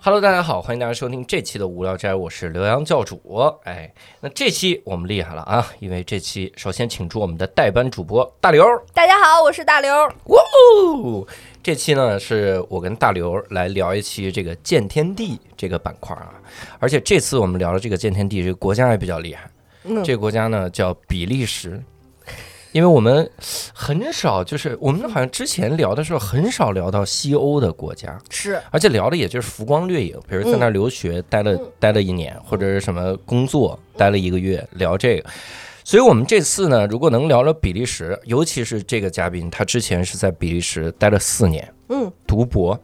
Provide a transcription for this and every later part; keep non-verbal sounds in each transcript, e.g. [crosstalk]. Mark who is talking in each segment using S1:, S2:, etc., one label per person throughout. S1: Hello，大家好，欢迎大家收听这期的无聊斋，我是刘洋教主。哎，那这期我们厉害了啊，因为这期首先请出我们的代班主播大刘。
S2: 大家好，我是大刘。
S1: 哦，这期呢是我跟大刘来聊一期这个见天地这个板块啊，而且这次我们聊的这个见天地这个国家也比较厉害，
S2: 嗯
S1: 这个国家呢叫比利时。因为我们很少，就是我们好像之前聊的时候很少聊到西欧的国家，
S2: 是
S1: 而且聊的也就是浮光掠影，比如在那儿留学待了、
S2: 嗯
S1: 待了一年，或者是什么工作待了一个月，聊这个。所以我们这次呢，如果能聊聊比利时，尤其是这个嘉宾，他之前是在比利时待了四年，
S2: 嗯，
S1: 读博。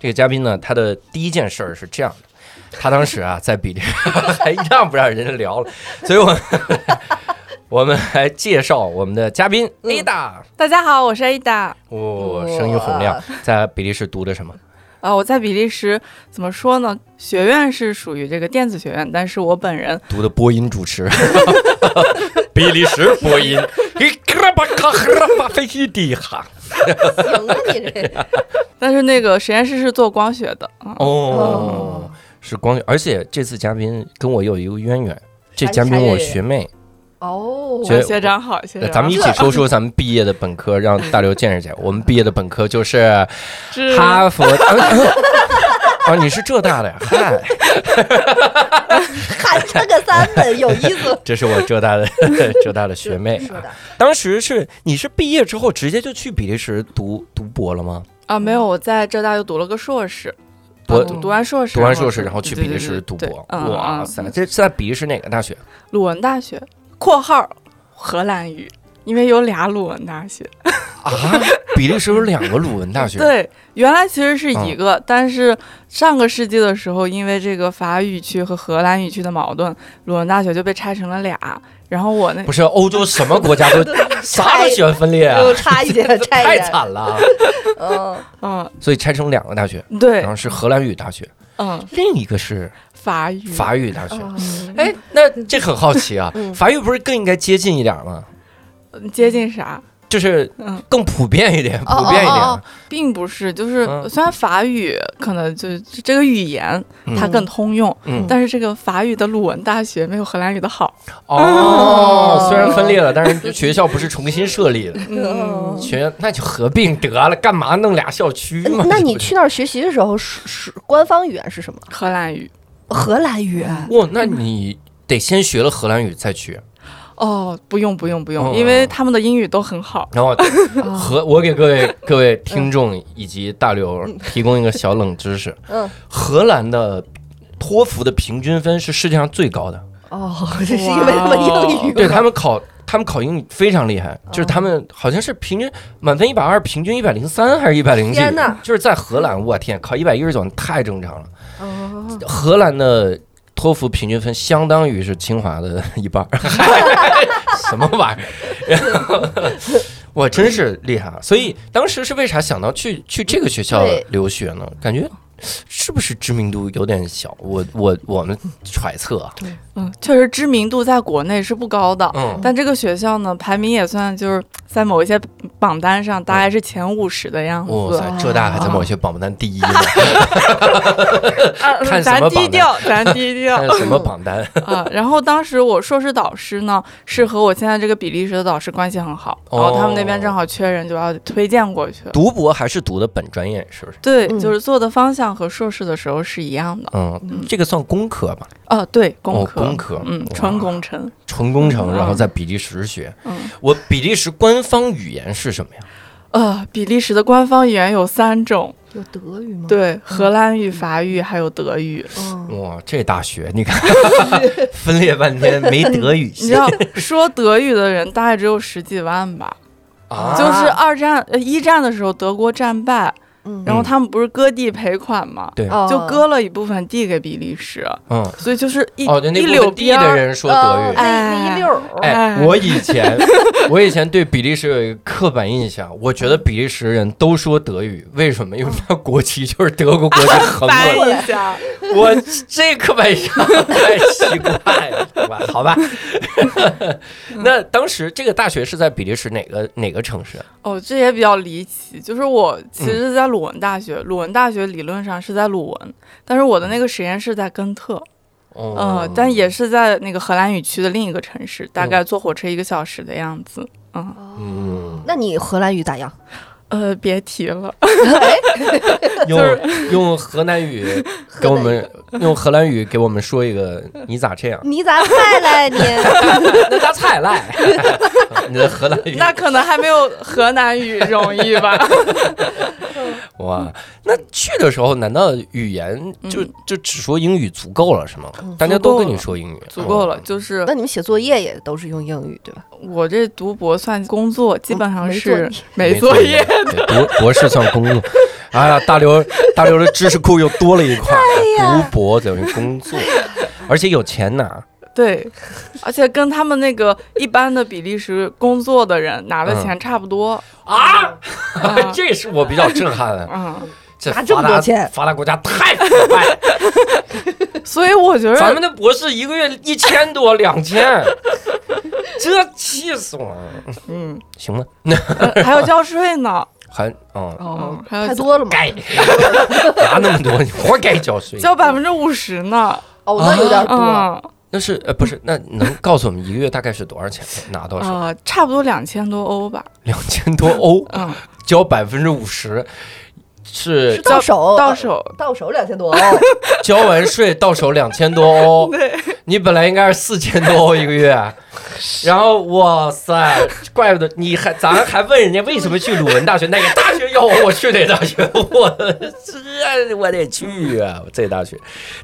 S1: 这个嘉宾呢，他的第一件事儿是这样的。他当时 [laughs] 啊，在比利还让不让人家聊了，所以我们 [laughs] 我们来介绍我们的嘉宾
S2: 嗯
S1: Ada，
S3: 大家好，我是 Ada。
S1: 哦，声音洪亮
S2: 哇，
S1: 在比利时读的什么？
S3: 呃，我在比利时怎么说呢？学院是属于这个电子学院，但是我本人
S1: 读的播音主持，比利时播 [laughs] 音。
S2: 行啊，你 [laughs] 这
S3: 但是那个实验室是做光学的啊。
S1: 哦，是光，而且这次嘉宾跟我有一个渊源，这嘉宾我学妹，
S2: 哦，
S1: 觉得
S3: 学呃学长好，学
S2: 啊
S3: 长好，
S1: 咱们一起说说咱们毕业的本科，让大刘见识
S2: [laughs]
S1: 见识。我们毕业的本科就是
S3: 是
S1: 哈佛。
S2: [laughs]
S1: [laughs] 啊，你是浙大的呀？嗨，。
S2: 喊这个三本有意思
S1: [laughs] 这是我浙大的浙大的学妹
S2: 是
S1: 啊。
S2: 的，
S1: 当时是你是毕业之后直接就去比利时读读博了吗？
S3: 啊，没有，我在浙大又读了个硕士，
S1: 博
S2: 嗯
S3: 啊读读完硕士，
S1: 读完硕士，然后去比利时读
S3: 对对
S1: 博。
S3: 对对嗯
S1: 哇
S3: 嗯
S1: 塞，这是在比利时哪个大学？
S3: 鲁文大学（括号荷兰语），因为有俩鲁文大学。
S1: 啊， [laughs] 比利时有两个鲁文大学。嗯
S3: 对，原来其实是一个，但是上个世纪的时候，因为这个法语区和荷兰语区的矛盾，鲁文大学就被拆成了俩。然后我那
S1: 不是欧洲什么国家
S3: [laughs]
S1: 都啥都喜欢分裂啊，
S2: 又差
S1: [laughs]
S2: 一点，差一
S1: 太
S2: 点，
S1: 惨了。 [laughs]
S2: 嗯，
S3: 嗯，
S1: 所以拆成两个大学，
S3: 对
S1: 然，后是荷兰语大学，
S3: 嗯，
S1: 另一个是
S3: 法语，
S1: 法语大学。
S3: 嗯
S2: 哦
S1: 哎，那这很好奇啊，
S2: 嗯
S1: 法语不是更应该接近一点吗？
S3: 嗯接近啥？
S1: 就是
S3: 嗯，
S1: 更普遍一点，
S2: 哦
S1: 普遍一
S2: 哦
S1: 点
S2: 哦。
S3: 并不是，就是、
S1: 嗯
S3: 虽然法语可能就这个语言
S1: 嗯
S3: 它更通用，
S1: 嗯
S3: 但是这个法语的鲁文大学没有荷兰语的好。
S1: 哦
S2: 哦，
S1: 虽然分裂了，但是学校不是重新设立的，
S2: 嗯
S1: 学那就合并得了，干嘛弄俩校区嘛？
S2: 那你去那儿学习的时候，是是官方语言是什么？
S3: 荷兰语
S2: 荷兰语。
S1: 哇，那你得先学了荷兰语再去。
S3: 哦，不用不用不用，
S1: 哦
S3: 因为他们的英语都很好。
S1: 然后
S2: 哦
S1: 荷，我给各
S2: [laughs]
S1: 位各
S2: 嗯
S1: 位听众以及大刘提供一个小冷知识：
S2: 嗯，
S1: [laughs] 荷兰的托福的平均分是世界上最高的，哦
S2: 哦， [laughs] 这是因为他们英语。哦
S1: 对他们考。他们考英语非常厉害，就是他们好像是平均满分一百二，平均一百零三还是一百零几
S2: 天哪？
S1: 就是在荷兰，我天，考一百一十九太正常了。
S2: 哦，
S1: 荷兰的托福平均分相当于是清华的一半儿， [laughs] 什么玩意儿？然后我真是厉害啊！ [laughs] 所以当时是为啥想到去去这个学校
S2: 对
S1: 留学呢？感觉是不是知名度有点小？我我我们揣测啊，
S3: 嗯，确实知名度在国内是不高的，
S1: 嗯，
S3: 但这个学校呢，排名也算就是在某一些榜单上大概是前五十的样子。
S1: 嗯哇塞，浙大还在某些榜单第一呢，
S3: 啊
S1: 看什么
S3: 咱
S1: 榜
S3: 低
S1: 单
S3: 调，咱低调。
S1: 看 [laughs] 什么榜单？
S3: 啊，然后当时我硕士导师呢，是和我现在这个比利时的导师关系很好，然后他们那边正
S1: 哦
S3: 好缺人，就把我推荐过去。
S1: 读博还是读的本专业是不是？
S3: 对，
S2: 嗯
S3: 就是做的方向和硕士的时候是一样的。
S1: 嗯，这个算工科吧？
S3: 啊，对，
S1: 哦
S3: 工科，
S1: 工科
S3: 嗯，
S1: 哇
S3: 纯工程。
S1: 纯工程，
S3: 嗯
S1: 然后在比利时学。
S3: 嗯
S1: 我比利时官方语言是什么呀？
S3: 呃，比利时的官方语言有三种，
S2: 哦有德语吗？，
S3: 对，荷兰语、法语还有德语。
S2: 嗯，
S1: 哇，这大学你看 [laughs] 分裂半天没德语
S3: 你
S1: 系
S3: 知道说德语的人大概只有十几万吧，
S1: 啊，
S3: 就是二战、呃一战的时候德国战败，
S2: 嗯，
S3: 然后他们不是割地赔款嘛，
S1: 对，
S2: 哦
S3: 就割了一部分地给比利时，
S1: 嗯，
S3: 所以就是一
S1: 哦，对，那
S3: 一
S1: 部
S3: 溜
S1: 分地
S3: 边
S1: 的
S3: 儿，呃
S1: 人说德
S2: 哦
S1: 语。
S2: 那那一溜儿，
S1: 哎，
S3: 哎
S1: 我以前我以前对比利时有一个刻板印象，我觉得比利时人都说德语，为什么？因为他国旗就是德国国旗横过
S3: 翻
S1: 来。
S3: 一下，
S1: [laughs] 我这刻板印象太奇怪了，好吧？好吧。 [laughs] 那当时这个大学是在比利时哪个哪个城市啊？
S3: [laughs] 哦，这也比较离奇。就是我
S1: 嗯
S3: 其实是在鲁汶大学，鲁汶大学理论上是在鲁汶，但是我的那个实验室在根特，嗯、
S1: 哦，
S3: 但也是在那个荷兰语区的另一个城市，大概坐火车一个小时的样子。嗯，
S1: 嗯，
S2: 哦那你荷兰语咋样？
S3: 呃，别提了，
S1: 用用河南语给我们用荷兰语给我们说一
S3: [laughs]
S1: 个，你咋这样？
S2: 你咋菜来 [laughs] 你？
S1: 那他菜赖， [laughs] 你的荷兰语
S3: 那可能还没有河南语容易吧。
S1: 哇？那去的时候难道语言就
S3: 嗯
S1: 就只说英语足够了是吗？大家都跟你说英语，
S3: [laughs] 足够了，
S1: 哦
S3: 就是
S2: 那你们写作业也都是用英语对吧？
S3: 我这读博算工作，基本上
S2: 哦没
S3: 是
S1: 没
S3: 没作业。，
S1: 对博博士算工
S3: [laughs]
S1: 作。哎呀，大刘大刘的知识库又多了一块，
S3: 哎
S1: 读博等于工作，而且有钱拿。
S3: 对，而且跟他们那个一般的比利时工作的人拿的钱差不多。
S1: 啊，[laughs]
S3: 啊
S1: 这是我比较震撼的。
S3: 嗯，
S1: 这
S2: 拿这么
S1: 发达
S2: 多钱
S1: 发达国家太腐败了。
S3: 所以我觉
S1: 咱
S3: 得
S1: 们的博士一个月一千多、两千， [laughs] 这气死我了。
S3: 嗯，
S1: 行吧，那
S3: 呃还有交税呢，
S1: 还嗯，
S3: 嗯，还
S2: 太
S3: 有
S2: 多了嘛？
S1: 该拿那么多，你活该交税。
S3: 交百分之五十呢，
S2: 哦，那有点多。
S3: 嗯
S1: 那是呃不是？那能告诉我们一个月大概是多少钱吗？拿多少？
S3: 呃，差不多两千多欧吧，
S1: 两千多欧，
S3: 嗯，
S1: 交百分之五十，
S2: 是
S1: 是
S2: 到手，
S3: 到手，
S2: 到手两
S1: [laughs]
S2: 千多哦，
S1: 交完税到手两千多欧。
S3: [laughs] 对，
S1: 你本来应该是四千多欧一个月，然后哇塞，怪不得你还咱还问人家为什么去鲁文大学，哪个大学要我我去哪大学，我这我得去啊，这大学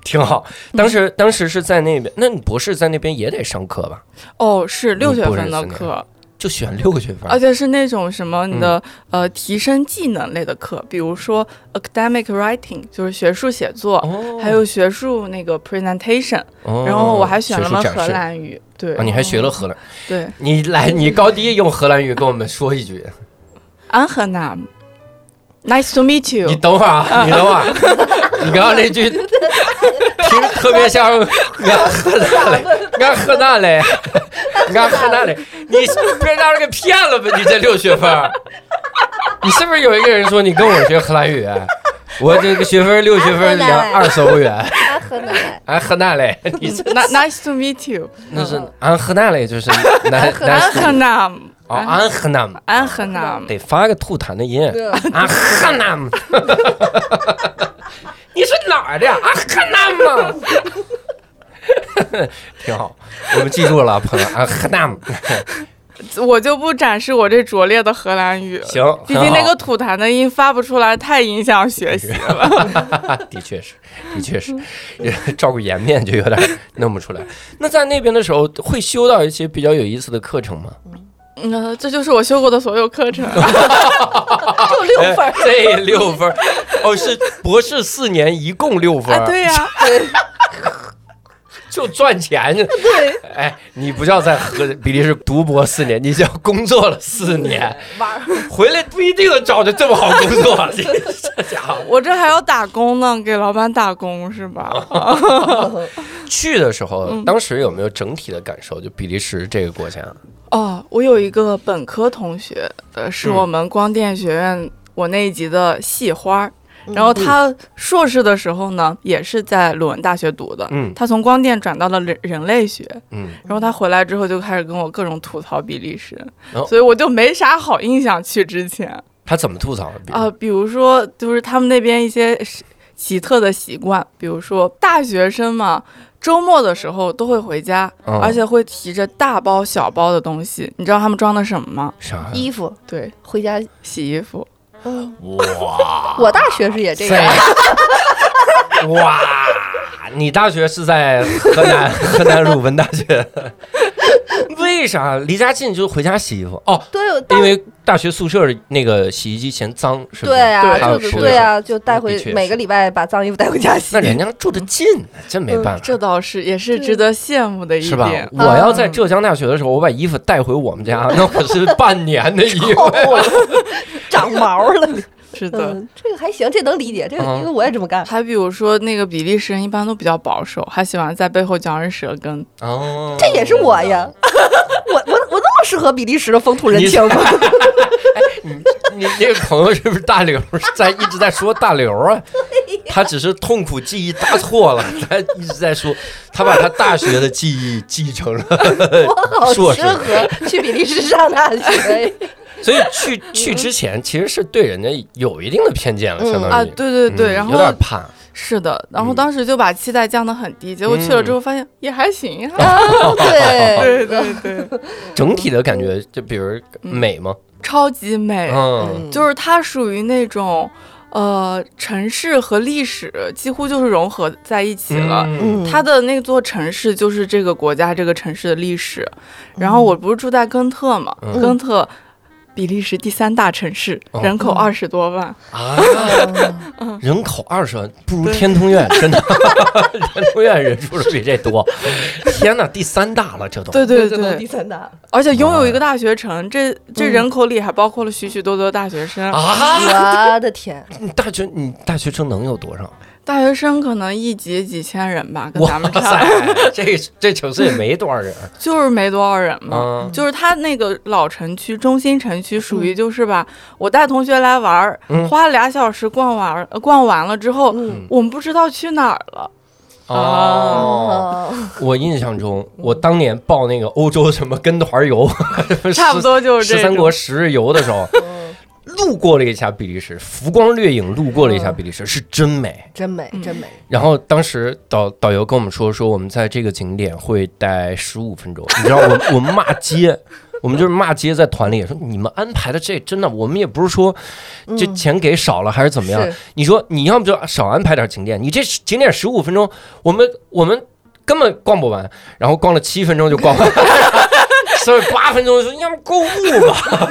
S1: 挺好。
S3: 嗯
S1: 当时当时是在那边，那你博士在那边也得上课吧？
S3: 哦，是六学分
S1: 不
S3: 的
S1: 认识
S3: 课，
S1: 就选六个学分啊
S3: 而且是那种什么你的
S1: 嗯
S3: 呃提升技能类的课，比如说 academic writing，就是学术写作，
S1: 哦
S3: 还有学术那个 presentation，
S1: 哦
S3: 然后我还选
S1: 学
S3: 了
S1: 术
S3: 门
S1: 展示
S3: 荷兰语，对嗯
S1: 啊，，你还学了荷兰？
S3: 对，
S1: 你来，你高低用荷兰语跟我们说一句。
S3: 安河南，Nice to meet
S1: 你
S3: you，
S1: 等会儿啊，你等会儿，你刚刚那句听着特别像俺河南嘞，俺河南嘞，俺河南嘞，你别让人给骗了吧？你这六学分儿，你是不是有一个人说你跟我学荷兰语？啊我这个学分六学分两二十欧元，
S2: [laughs] 还喝奶奶。
S1: 俺河南嘞，你这
S3: 那 Nice to meet you，
S1: 那是俺河南嘞，就是南
S3: 安河
S1: 南
S3: 南，
S1: 哦，俺河南
S3: 安河南，
S1: 得发个吐痰的音。啊，河南吗？ [laughs] 你是哪儿的呀？啊，河南吗？ [laughs] 挺好，我们记住了，朋友啊，河南
S3: 我就不展示我这拙劣的荷兰语，
S1: 行，
S3: 毕竟那
S1: 很好
S3: 个吐痰的音发不出来，太影响学
S1: [laughs]
S3: 习了。
S1: 的确是，的确是，照顾颜面就有点弄不出来。那在那边的时候，会修到一些比较有意思的课程吗？
S3: 嗯，这就是我修过的所有课
S1: [laughs]
S3: 程。啊
S2: 就六分
S1: 哎
S2: 儿，
S1: 这六分儿，哦，是博士四年一共六分
S3: 啊，
S1: 儿，
S3: 对呀、
S1: 就赚钱。
S2: [laughs] 对，
S1: 哎，你不要在和比利时读博四年，你只要工作了四年，
S2: 玩儿
S1: 回来不一定找着这么好工作。
S2: [laughs]
S1: 这这家伙
S3: 我这还要打工呢，给老板打工是
S1: [laughs]
S3: 吧？
S1: 去的时
S2: 嗯
S1: 候，当时有没有整体的感受？就比利时这个国家，
S3: 哦，我有一个本科同学，呃，是
S1: 嗯
S3: 我们光电学院我那一级的系花儿。
S1: 嗯
S3: 然后他硕士的时候呢，也是在鲁汶大学读的。
S1: 嗯
S3: 他从光电转到了人人类学，
S1: 嗯，
S3: 然后他回来之后就开始跟我各种吐槽比利时，
S1: 哦
S3: 所以我就没啥好印象去之前。
S1: 他怎么吐槽的？比利
S2: 呃
S3: 啊、比如说就是他们那边一些是奇特的习惯，比如说大学生嘛，周末的时候都会回家，
S1: 嗯
S3: 而且会提着大包小包的东西。你知道他们装的什么吗？
S1: 啥呀？
S2: 衣服
S3: 对，
S2: 回家，
S3: 洗衣服。
S2: 嗯，
S1: 哇
S2: 我大学时也 [laughs] 这样，
S1: 塞哇！你大学是在河南河南鲁 [laughs] 汶大学？为啥离家近就回家洗衣服？哦，
S2: 对，我大
S1: 因为大学宿舍那个洗衣机嫌脏，是不是？
S2: 对啊，
S3: 对
S1: 还有
S2: 就
S1: 吃
S2: 是
S1: 的
S2: 对
S1: 时候，
S2: 啊，就带
S1: 的
S2: 回
S1: 确
S2: 每
S1: 是
S2: 个礼拜把脏衣服带回家洗。
S1: 那人家住的近，真没办法，
S3: 这倒是也是值得羡慕的一
S1: 啊是吧？
S3: 点。
S1: 我要在浙江大学的时候，我把衣服带回我们 [laughs] 家，那我是半年的衣服。[laughs]
S2: [laughs] 哦长毛了，
S3: 是的，
S2: 嗯，这个还行，这能理解，这个
S1: 嗯
S2: 因为我也这么干。
S3: 还比如说那个比利时人一般都比较保守，还喜欢在背后嚼人舌根。
S1: [laughs] 哦，
S2: 这也是我呀，
S1: 嗯
S2: [laughs] 我我我那么适合比利时的风土人
S1: 你 [laughs]
S2: 情吗？
S1: 你你那个朋友是不是大刘是在一直在说大刘啊？他只是痛苦记忆搭错了， [laughs] 他一直在说，他把他大学的记忆继承了。
S2: [laughs] 我好
S1: 硕士
S2: 适合去比利时上大
S1: [laughs]
S2: 学。
S1: [laughs] 所以去去之前，其实是对人家有一定的偏见了，
S2: 嗯
S1: 相当
S3: 啊，
S1: 于。
S3: 对对对，
S1: 嗯
S3: 然
S1: 有
S3: 后
S1: 点怕，
S3: 是的，然
S1: 嗯
S3: 后当时就把期待降得很低，结果去了之后发现也还行呀、
S2: 啊，对，
S1: 哦
S3: 对对对，
S1: 整体的感
S3: 嗯
S1: 觉就比如美吗？
S3: 超级美，
S1: [laughs] 嗯，
S2: 是
S3: 就是它属于那种，呃，城市和历史几乎就是融合在一起了。
S1: 嗯
S3: 它的那座城市就是这个国家这个城市的历史。然后我不是住在根特嘛，
S1: 嗯
S3: 根特。比利时第三大城市，
S1: 哦
S3: 人口二十多万，
S1: 啊，
S3: 嗯
S1: 人口二十万不如天通苑，真的， [laughs] 天通苑人数是比这多。天哪，第三大了，这都。
S3: 对对
S2: 这都第
S3: 对，
S2: 三
S1: [laughs]
S2: 大
S3: 而且拥有一个大学城，这这
S2: 嗯
S3: 人口里还包括了许许多多的大学生，
S1: 啊，
S2: 了，我的天，
S1: 你大学你大学生能有多少？
S3: 大学生可能一级几千人吧，跟
S1: 哇
S3: 咱们差不多，
S1: 塞， [laughs] 这这城市也没多少人
S3: 就是没多少人嘛。
S1: 啊。
S3: 就是它那个老城区、中心城区，属于就是吧，我带同学来玩儿，
S1: 嗯
S3: 花俩小时逛完儿，呃逛完了之后，
S2: 嗯
S3: 我们不知道去哪儿了。
S1: 啊哦，我印象中，我当年报那个欧洲什么跟团游，
S3: [laughs] 差不多就是这
S1: 十
S3: 种
S1: 三国十日游的时候，
S2: 嗯
S1: 路过了一下比利时，浮光掠影路过了一下比利时，是真美。
S2: 真美，真美，
S1: 然后当时导导游跟我们说，说我们在这个景点会待十五分钟。你知道， [laughs] 我我们骂街，我们就是骂街，在团里说你们安排的这真的，我们也不是说这
S2: 嗯
S1: 钱给少了还是怎么样。
S2: 是
S1: 你说你要不就少安排点景点，你这景点十五分钟，我们我们根本逛不完，然后逛了七分钟就逛完了。 [laughs] 所以八分钟说，要不购物吧， [laughs]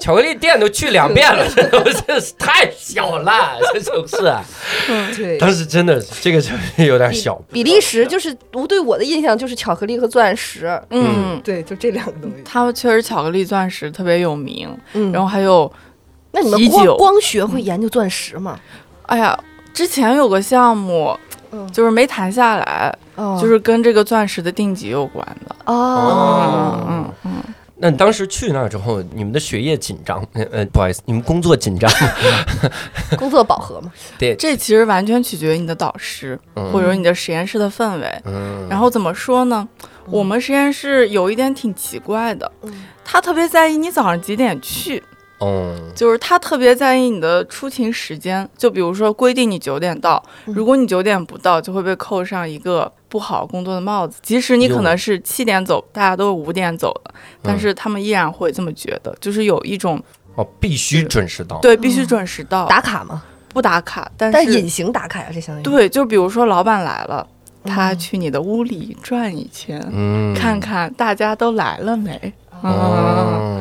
S1: 巧克力店都去两遍了， [laughs] 这都真是太小了，这城市啊。
S2: 嗯对。
S1: 当时真的这个城市 [laughs] 有点小，
S2: 比利时就是我对我的印象就是巧克力和钻石，
S3: 嗯，
S2: 对，就这两个东西。
S3: 他们确实巧克力钻石特别有名，
S2: 嗯
S3: 然后还有，
S2: 那你
S3: 啤
S2: 们
S3: 酒
S2: 光光学会研究钻石吗？
S3: 哎呀，之前有个项目
S2: 嗯，
S3: 就是没谈下来，
S1: 嗯
S2: 哦
S3: 就是跟这个钻石的定级有关的。
S2: 哦，
S1: 哦
S3: 嗯嗯嗯，
S1: 那你当时去那儿之后，你们的学业紧张？呃，呃不好意思，你们工作紧张吗？ [laughs]
S2: 工作饱和嘛。
S1: 对，
S3: 这其实完全取决于你的导师
S1: 嗯
S3: 或者你的实验室的氛围。
S1: 嗯
S3: 然后怎么说呢？我们实验室有一点挺奇怪的，
S2: 嗯
S3: 他特别在意你早上几点去，
S1: 嗯
S3: 就是他特别在意你的出勤时间。就比如说规定你九点到，
S2: 嗯
S3: 如果你九点不到，就会被扣上一个不好工作的帽子。即使你可能是七点走，大家都是五点走的，
S2: 嗯
S3: 但是他们依然会这么觉得，就是有一种
S1: 哦，必须准时到。
S3: 对必须准时到，
S2: 打卡嘛，
S3: 不打卡，但
S2: 嗯但是
S3: 是
S2: 隐形打卡呀，这相当于
S3: 对，就比如说老板来了，他
S2: 嗯
S3: 去你的屋里转一圈。
S1: 嗯，哦
S3: 看看大家都来了没。嗯，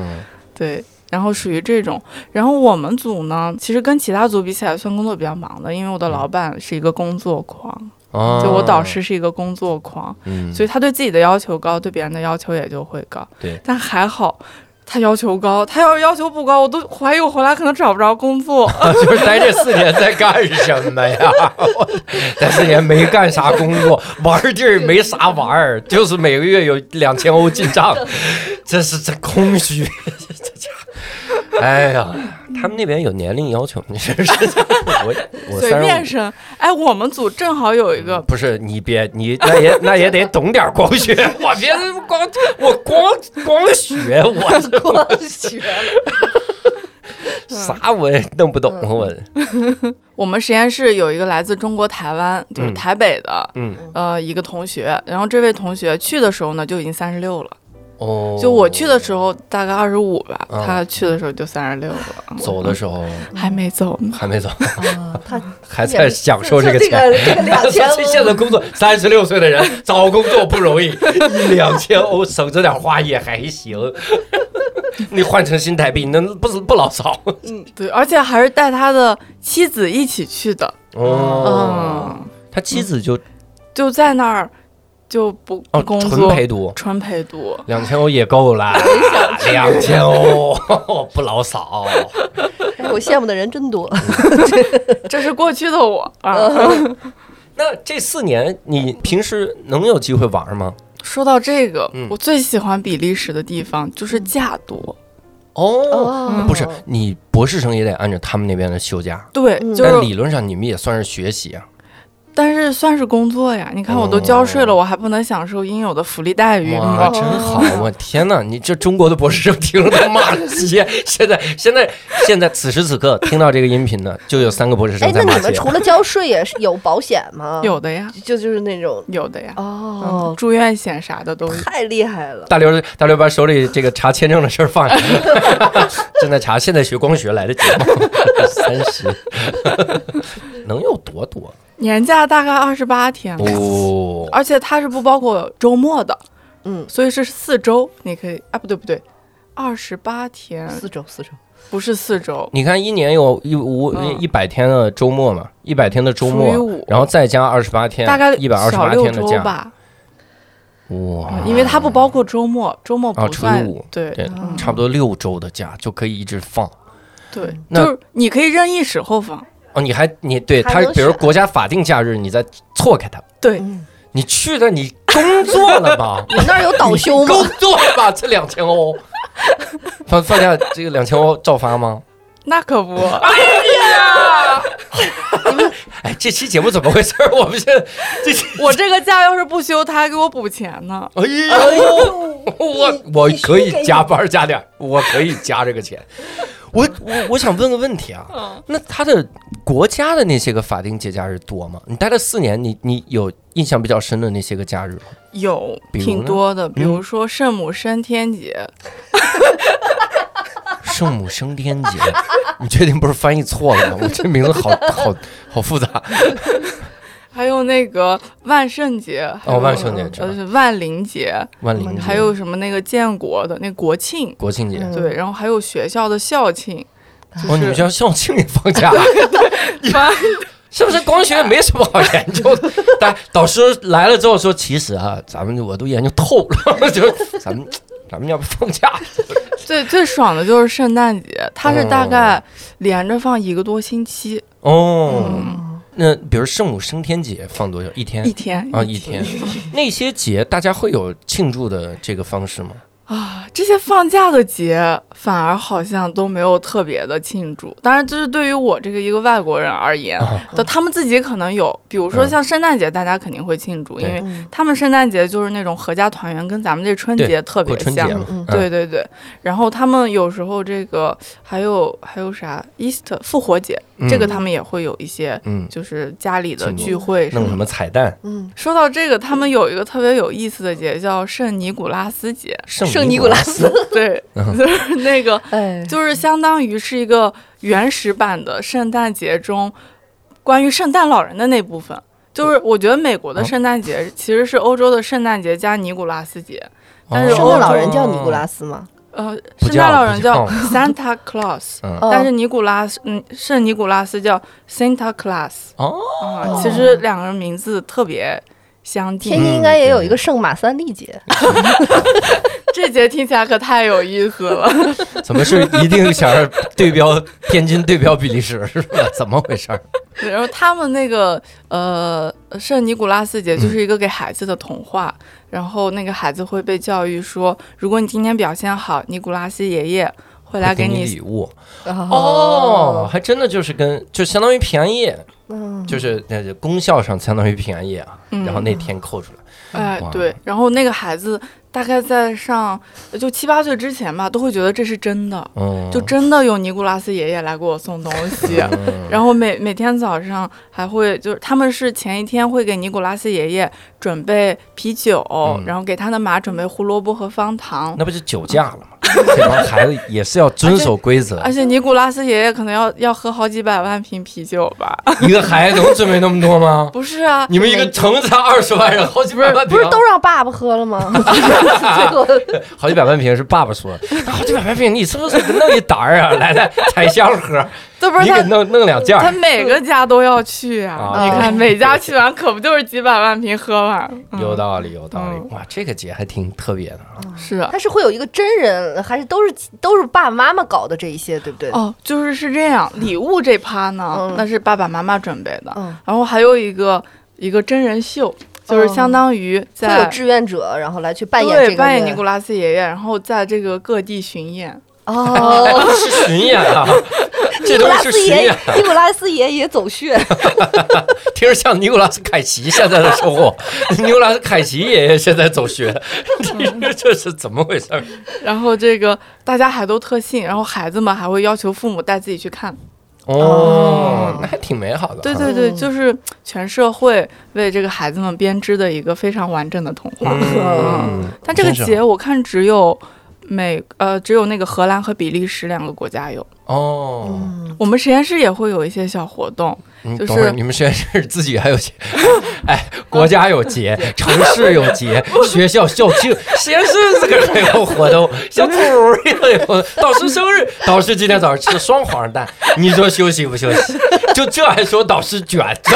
S1: 嗯
S3: 对。然后属于这种，然后我们组呢，其实跟其他组比起来，算工作比较忙的，因为我的老板是一个工作狂，
S1: 嗯哦，
S3: 就我导师是一个工作狂，
S1: 嗯， [laughs]
S3: 所以他对自己的要求高，对别人的要求也就会高。
S1: 对，
S3: 但还好，他要求高，他要是要求不高，我都怀疑我回来可能找不着工作。
S1: 啊就是待这四年在干什么呀？ [laughs] 我待四年没干啥工
S3: [laughs]
S1: 作，玩儿地儿没啥玩儿，就是每个月有两千欧进
S3: [laughs]
S1: 账，这是这空虚， [laughs] 这家伙，哎呀，他们那边有年龄要求吗，你是
S3: [laughs]
S1: 我我
S3: 随便
S1: 三十
S3: 升，哎，我们组正好有一
S1: 五，
S3: 个，
S1: 不是你别你那也那也得懂点光
S3: [laughs]
S1: 学，我别光我光光学，我
S3: [laughs]
S1: 这
S2: [laughs] 光学了。
S1: 啥我也弄不懂，
S3: 嗯
S1: 我
S3: 我们实验室有一个来自中国台湾，就是
S1: 嗯
S3: 台北的，
S1: 嗯
S3: 呃一个同学，然后这位同学去的时候呢就已经三十六了，
S1: 哦，
S3: 就我去的时候大概二十五吧，
S1: 嗯
S3: 他去的时候就三十六了，嗯
S1: 走的时候
S3: 还没走呢。
S1: 还没走。
S2: 啊他
S1: [laughs] 还在享受这个 [laughs]
S2: 这
S1: 钱。
S2: 个这个两千
S1: 这现在工作，三十六岁的人找工作不容易，一两千欧省着点花也还行。 [laughs] 你换成新台币，那不不老少。
S3: 嗯，对，而且还是带他的妻子一起去的，
S1: 哦，
S3: 嗯，
S1: 他妻子就
S3: 就在那儿就不
S1: 哦
S3: 工
S1: 纯
S3: 作，
S1: 陪读，
S3: 纯陪读，
S1: 两千欧也够了，两千欧 [laughs] 不老少。
S2: 哎我羡慕的人真多。
S3: 这是过去的我
S1: 嗯
S3: 啊。
S1: 那这四年你平时能有机会玩吗？
S3: 说到这个
S1: 嗯，
S3: 我最喜欢比利时的地方就是假多，
S1: [laughs] 哦，
S2: 哦
S1: 不是，你博士生也得按照他们那边的休假，
S3: 对，
S2: 嗯
S3: 就
S1: 但
S3: 是
S1: 理论上你们也算是学习啊。
S3: 但是算是工作呀。你看我都交税了，我还不能享受应有的福利待遇
S1: 哦哇，
S3: 吗？
S1: 真好！我天哪，你这中国的博士生听了都骂街。现在现在现在此时此刻听到这个音频的，就有三个博士生，
S2: 哎
S1: 在
S2: 那
S1: 骂
S2: 你们
S1: 街。
S2: 除了交税也是有保险吗？，
S3: 有的呀，
S2: 就就是那种
S3: 有的呀，嗯
S2: 哦，
S3: 住院险啥的都
S1: [laughs]
S3: 有。
S2: 太厉害了。
S1: 大刘大刘把手里这个查签证的事儿放下， [laughs] 正在查。现在学光学来得及吗？三十能有多多？
S3: 年假大概二十八天吧，
S1: 哦，
S3: 而且它是不包括周末的，
S2: 嗯，
S3: 所以是四周，你可以啊，不对不对，二十八天
S2: 四周四周，
S3: 不是四周，
S1: 你看一年有一五
S3: 嗯
S1: 一百天的周末嘛，一百天的周
S3: 除以
S1: 末，
S3: 五，
S1: 然后再加二十八天，
S3: 大概
S1: 一百二十
S3: 小
S1: 八
S3: 六
S1: 天的
S3: 周
S1: 假，
S3: 吧，
S1: 哇
S3: 嗯，因为它不包括周末，周末
S1: 啊
S3: 不
S1: 除以
S3: 算
S1: 五，
S3: 对
S1: 对
S2: 嗯
S1: 差不多六周的假就可以一直放。
S3: 对，
S1: 那
S3: 就是你可以任意使后放，
S1: 哦，你还你对
S2: 还
S1: 他，
S2: 能
S1: 比
S3: 啊
S1: 如
S2: 选
S1: 国家法定假日，你再错开它。
S3: 对，
S2: 嗯，
S1: 你去那儿你工作了
S3: [laughs]
S1: 吧？
S2: 你们那儿有倒休
S1: 你
S2: 吗
S1: 工？作了吧？这两千欧，放放假这个两千欧照发吗？
S3: 那
S1: [laughs]
S3: 可不，
S1: 哎，这期节目怎么回事 [laughs] 儿？我们现在这期，
S3: 我这个假要是不休，他还给我补钱呢，
S1: 哎呦，我我可以加班加点儿，我可以加这个
S3: [laughs]
S1: 钱。我我我想问个问题啊，
S3: 嗯，
S1: 那他的国家的那些个法定节假日多吗？你待了四年，你你有印象比较深的那些个假日吗？
S3: 有
S1: 比如呢嗯
S3: 挺多的，比如说圣母升天节，
S1: 圣母升天
S3: [laughs]
S1: 节，你确定不是翻译错了吗？我这名字好好好复杂。
S3: 还有那个万圣节，还有
S1: 哦万圣节知道嗯
S3: 呃，是万灵节，
S1: 万灵节
S3: 还有什么那个建国的那国庆，
S1: 国庆节，
S2: 嗯
S3: 对，然后还有学校的校庆，
S1: 哦，你们学校校庆也放假，
S3: 妈
S1: 是不是？光学没什么好研
S3: [laughs]
S1: 究的。但导师来了之后说，其实啊，咱们我都研究透了， [laughs] 就是咱们咱们要不放假？
S3: 最最爽的就是圣诞节，它是大概连着放一个多星期，
S1: 哦，那比如圣母升天节放多久？一天
S3: 一天
S1: 啊，一天。那些节大家会有庆祝的这个方式吗？
S3: 啊，这些放假的节反而好像都没有特别的庆祝。当然，这是对于我这个一个外国人而言
S1: 啊，嗯
S3: 的、他们自己可能有，比如说像圣诞节，大家肯定会庆祝，因
S1: 对
S3: 为
S2: 嗯
S3: 他们圣诞节就是那种合家团圆，跟咱们这春节特别
S1: 过春节
S3: 像。
S1: 嘛
S2: 嗯嗯，
S1: 嗯，
S3: 对对对，然后他们有时候这个还有还有啥 Easter 复活节，
S1: 嗯
S3: 这个他们也会有一些，
S1: 嗯，
S3: 就是家里的
S1: 庆祝
S3: 聚会什
S1: 弄
S3: 么
S1: 什
S3: 的。
S1: 么彩蛋？
S2: 嗯，
S3: 说到这个，他们有一个特别有意思的节叫圣尼古拉斯节，
S1: [laughs] 圣
S2: 圣尼古拉
S1: 斯
S2: 斯，
S3: 对，
S1: 嗯
S3: 就是那个，
S2: 哎，
S3: 就是相当于是一个原始版的圣诞节中关于圣诞老人的那部分。就是我觉得美国
S1: 哦
S3: 的圣诞节其实是欧洲的圣诞节加尼古拉斯节，但是
S1: 哦
S2: 圣诞老人叫尼古拉斯吗？
S3: 呃，
S1: 不
S3: 圣诞
S1: 叫
S3: 老
S1: 不
S3: 人
S1: 叫
S3: 叫 [laughs] Santa Claus，
S1: 嗯
S2: 哦
S3: 但是尼古拉斯，嗯，圣尼古拉斯叫 Santa Claus。
S1: 哦
S3: 啊、其实两个人名字特别相
S2: 天
S3: 近，
S2: 津应该也有一个圣马三立节，
S3: 这节听起来可太有意思了。 [laughs] 哦
S1: 怎么是一定想要对标天津对标比利时是吧？怎么回事儿？
S3: 对，然后他们那个呃，圣尼古拉斯节就是一个给孩子的童话，然后那个孩子会被教育说，如果你今天表现好，尼古拉斯爷爷会来
S1: 给
S3: 给
S1: 你
S3: 你。
S1: 礼物哦，，还真的就是跟就相当于便宜，
S2: 嗯，
S1: 就是那个功效上相当于便宜啊，
S3: 嗯
S1: 然后那天扣出来，
S3: 哎
S1: 哇，
S3: 对，然后那个孩子大概在上就七八岁之前吧，都会觉得这是真的，
S1: 嗯，
S3: 就真的有尼古拉斯爷爷来给我送东
S1: [laughs]
S3: 西。 [laughs]
S1: 嗯
S3: 然后每每天早上还会就是他们是前一天会给尼古拉斯爷爷准备啤酒，
S1: 嗯
S3: 然后给他的马准备胡萝卜和方糖，
S1: 那不就酒驾了吗？这帮孩子也是要遵守规
S3: [laughs]
S1: 则
S3: 而。且尼古拉斯爷爷可能要要喝好几百万瓶啤酒吧？ [laughs]
S1: 一个孩子能准备那么多吗？
S3: 不是啊，
S1: 你们一个城才二十万人，好几百万瓶，
S2: 不是都让爸爸喝了吗？结果
S1: 好几百万瓶是爸爸说，好几百万瓶，你是不是给弄一打儿啊？ [laughs] 来来，彩香喝，
S3: 这不是
S1: 你给
S3: 他
S1: 弄弄两件
S3: 他
S1: 儿。
S3: 每个家都要去啊！
S1: 啊
S3: 你看每家去完可不就是几百万瓶喝完？嗯
S1: 有道理，有道理
S3: 嗯。
S1: 哇，这个节还挺特别的啊。
S3: 是
S2: 他是会有一个真人，还是都是都是爸爸妈妈搞的这一些，对不对？
S3: 哦，就是是这样。礼物这趴呢
S2: 嗯，
S3: 那是爸爸妈妈准备的，
S2: 嗯，
S3: 然后还有一个一个真人秀，就是相当于
S2: 嗯会
S3: 在
S2: 有志愿者，然后来去扮演这
S3: 对
S2: 个
S3: 扮演
S2: 人
S3: 尼古拉斯爷爷，然后在这个各地巡演。
S2: 哦，
S1: 是巡演啊， [laughs] 这
S2: 尼古
S1: 东
S2: 拉
S1: 西是
S2: 斯
S1: 巡
S2: 爷
S1: 演，
S2: 尼古拉斯爷爷走穴，
S1: 听着像尼古拉斯凯奇现在的收
S3: [laughs]
S1: 获。尼古拉斯凯奇爷爷现在走学， [laughs] 这这是怎么回事儿？
S3: 然后这个大家还都特信，然后孩子们还会要求父母带自己去看。
S1: 哦，那还挺美好的。
S3: 对对对，
S2: 嗯
S3: 就是全社会为这个孩子们编织的一个非常完整的童话。
S1: 嗯，
S3: 啊但这个
S1: 真是
S3: 节我看只有美呃只有那个荷兰和比利时两个国家有。
S1: 哦。
S2: 嗯
S3: 我们实验室也会有一些小活动，
S1: 你嗯
S3: 就
S1: 等会儿
S3: 是
S1: 你们实验室自己还有 [laughs] 节，哎，国家有节，城市有 [laughs] 节，学校校 [laughs] 庆，实验室自个儿还有活动，像兔儿一样有活动导师生日，导师今天早上吃双黄蛋，你说休息不休息？ [laughs] 就这还说导师卷，这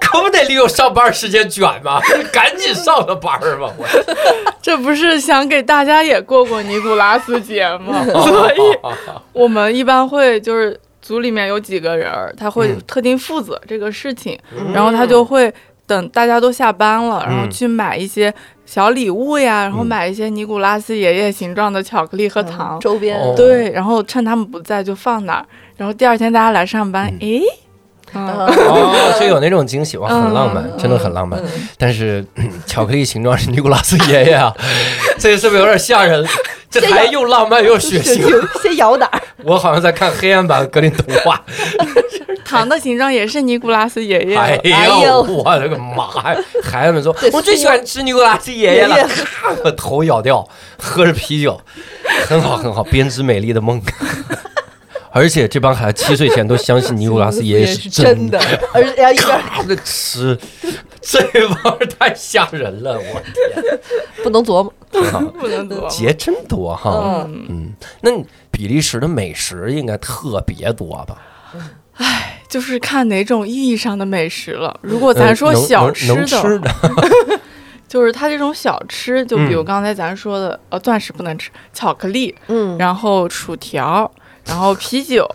S1: 可不得利用上班时间卷吗？ [laughs] 赶紧上个班儿吧！我
S3: 这不是想给大家也过过尼古拉斯节
S1: [laughs]
S3: 吗？所
S1: 哎
S3: 以我们一般会就是组里面有几个人儿，他会
S1: 嗯
S3: 特定负责这个事情，然后他就会等大家都下班了，然后
S1: 嗯
S3: 去买一些小礼物呀，然后
S1: 嗯
S3: 买一些尼古拉斯爷爷形状的巧克力和糖。
S2: 周边
S1: 哦
S3: 对，然后趁他们不在就放那儿，然后第二天大家来上班，
S1: 嗯
S3: 诶， [laughs] 嗯，
S2: 嗯
S1: 哦，就有那种惊喜哇，很浪漫
S3: 嗯，
S1: 真的很浪漫。但是 [clears throat] 嗯巧克力形状是尼古拉斯爷爷啊，这是不是有点吓人？这还又浪漫又血
S2: 先
S1: 腥，
S2: 先摇哪儿？
S1: 我好像在看黑暗版格林童话。
S3: 糖的形状也是尼古拉斯爷爷。
S1: 哎
S2: 哎
S1: 呦，
S2: 呦
S1: 我的个妈呀！孩子们说
S2: 对，
S1: 我最喜欢吃尼古拉斯爷爷了
S2: 爷爷，
S1: 咔，把 [laughs] 头咬掉，喝着啤酒，很好很好，编织美丽的梦。 [laughs] 而且这帮孩子七岁前都相信尼古拉斯爷爷是真
S2: 真
S1: 的
S2: 的，，而然后一边
S1: [laughs] 他们吃，这玩意儿太吓人了，我
S2: 不能琢磨，
S1: 天啊！
S3: 不能
S1: [laughs]
S3: 多。
S1: 节真多哈，
S2: 嗯，
S3: 嗯，
S1: 嗯，那你比利时的美食应该特别多吧？
S3: 就是看哪种意义上的美食了。
S2: 嗯
S3: 如果咱说
S1: 呃能
S3: 小
S1: 能
S3: 吃
S1: 能
S3: 的，
S1: 吃的，
S3: 就是它这种小吃，就比如
S1: 嗯
S3: 刚才咱说的，呃，钻石不能吃，巧克力，
S2: 嗯，
S3: 然后薯条，然后啤酒，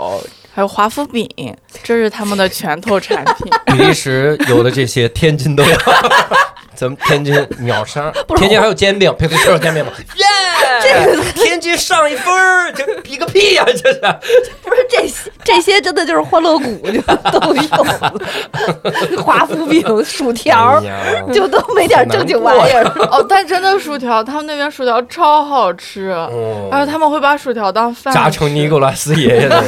S3: 还有华夫饼，这是他们的拳头产
S2: [laughs]
S3: 品。
S1: 比利时有的这些，天津都有。 [laughs] 咱们天津秒杀，天津还有煎饼，别别说有煎饼
S3: [laughs]
S1: 吧，耶！天津上一分儿，这比个屁呀！这是
S2: 不是这些这些真的就是欢乐谷就都有，华夫饼、薯条
S1: 哎呀
S2: 就都没点正经玩意儿，
S3: 哦，但真的薯条，他们那边薯条超好吃，
S1: 嗯
S3: 还有他们会把薯条当饭
S1: 炸成
S3: 吃
S1: 尼古拉斯爷爷的，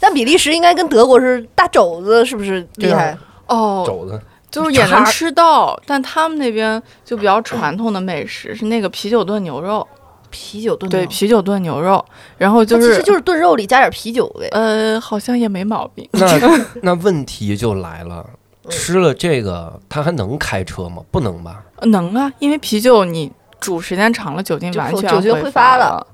S2: 但比利时应该跟德国是大肘子，是不是厉害？
S3: 哦，
S1: 肘子
S3: 就是也能
S2: 炸
S3: 吃到，但他们那边就比较传统的美食是那个啤酒炖牛肉。
S2: 啤酒炖
S3: 对，
S2: 肉
S3: 啤酒炖牛肉，然后就
S2: 它其
S3: 是
S2: 实就是炖肉里加点啤酒呗。
S3: 呃，好像也没毛病。
S1: 那那问题就来了，吃了这个他还能开车吗？不能吧？
S3: 呃能啊，因为啤酒你煮时间长了，酒精
S2: 就
S3: 完
S2: 会
S3: 全
S2: 酒精挥发
S3: 发
S2: 了。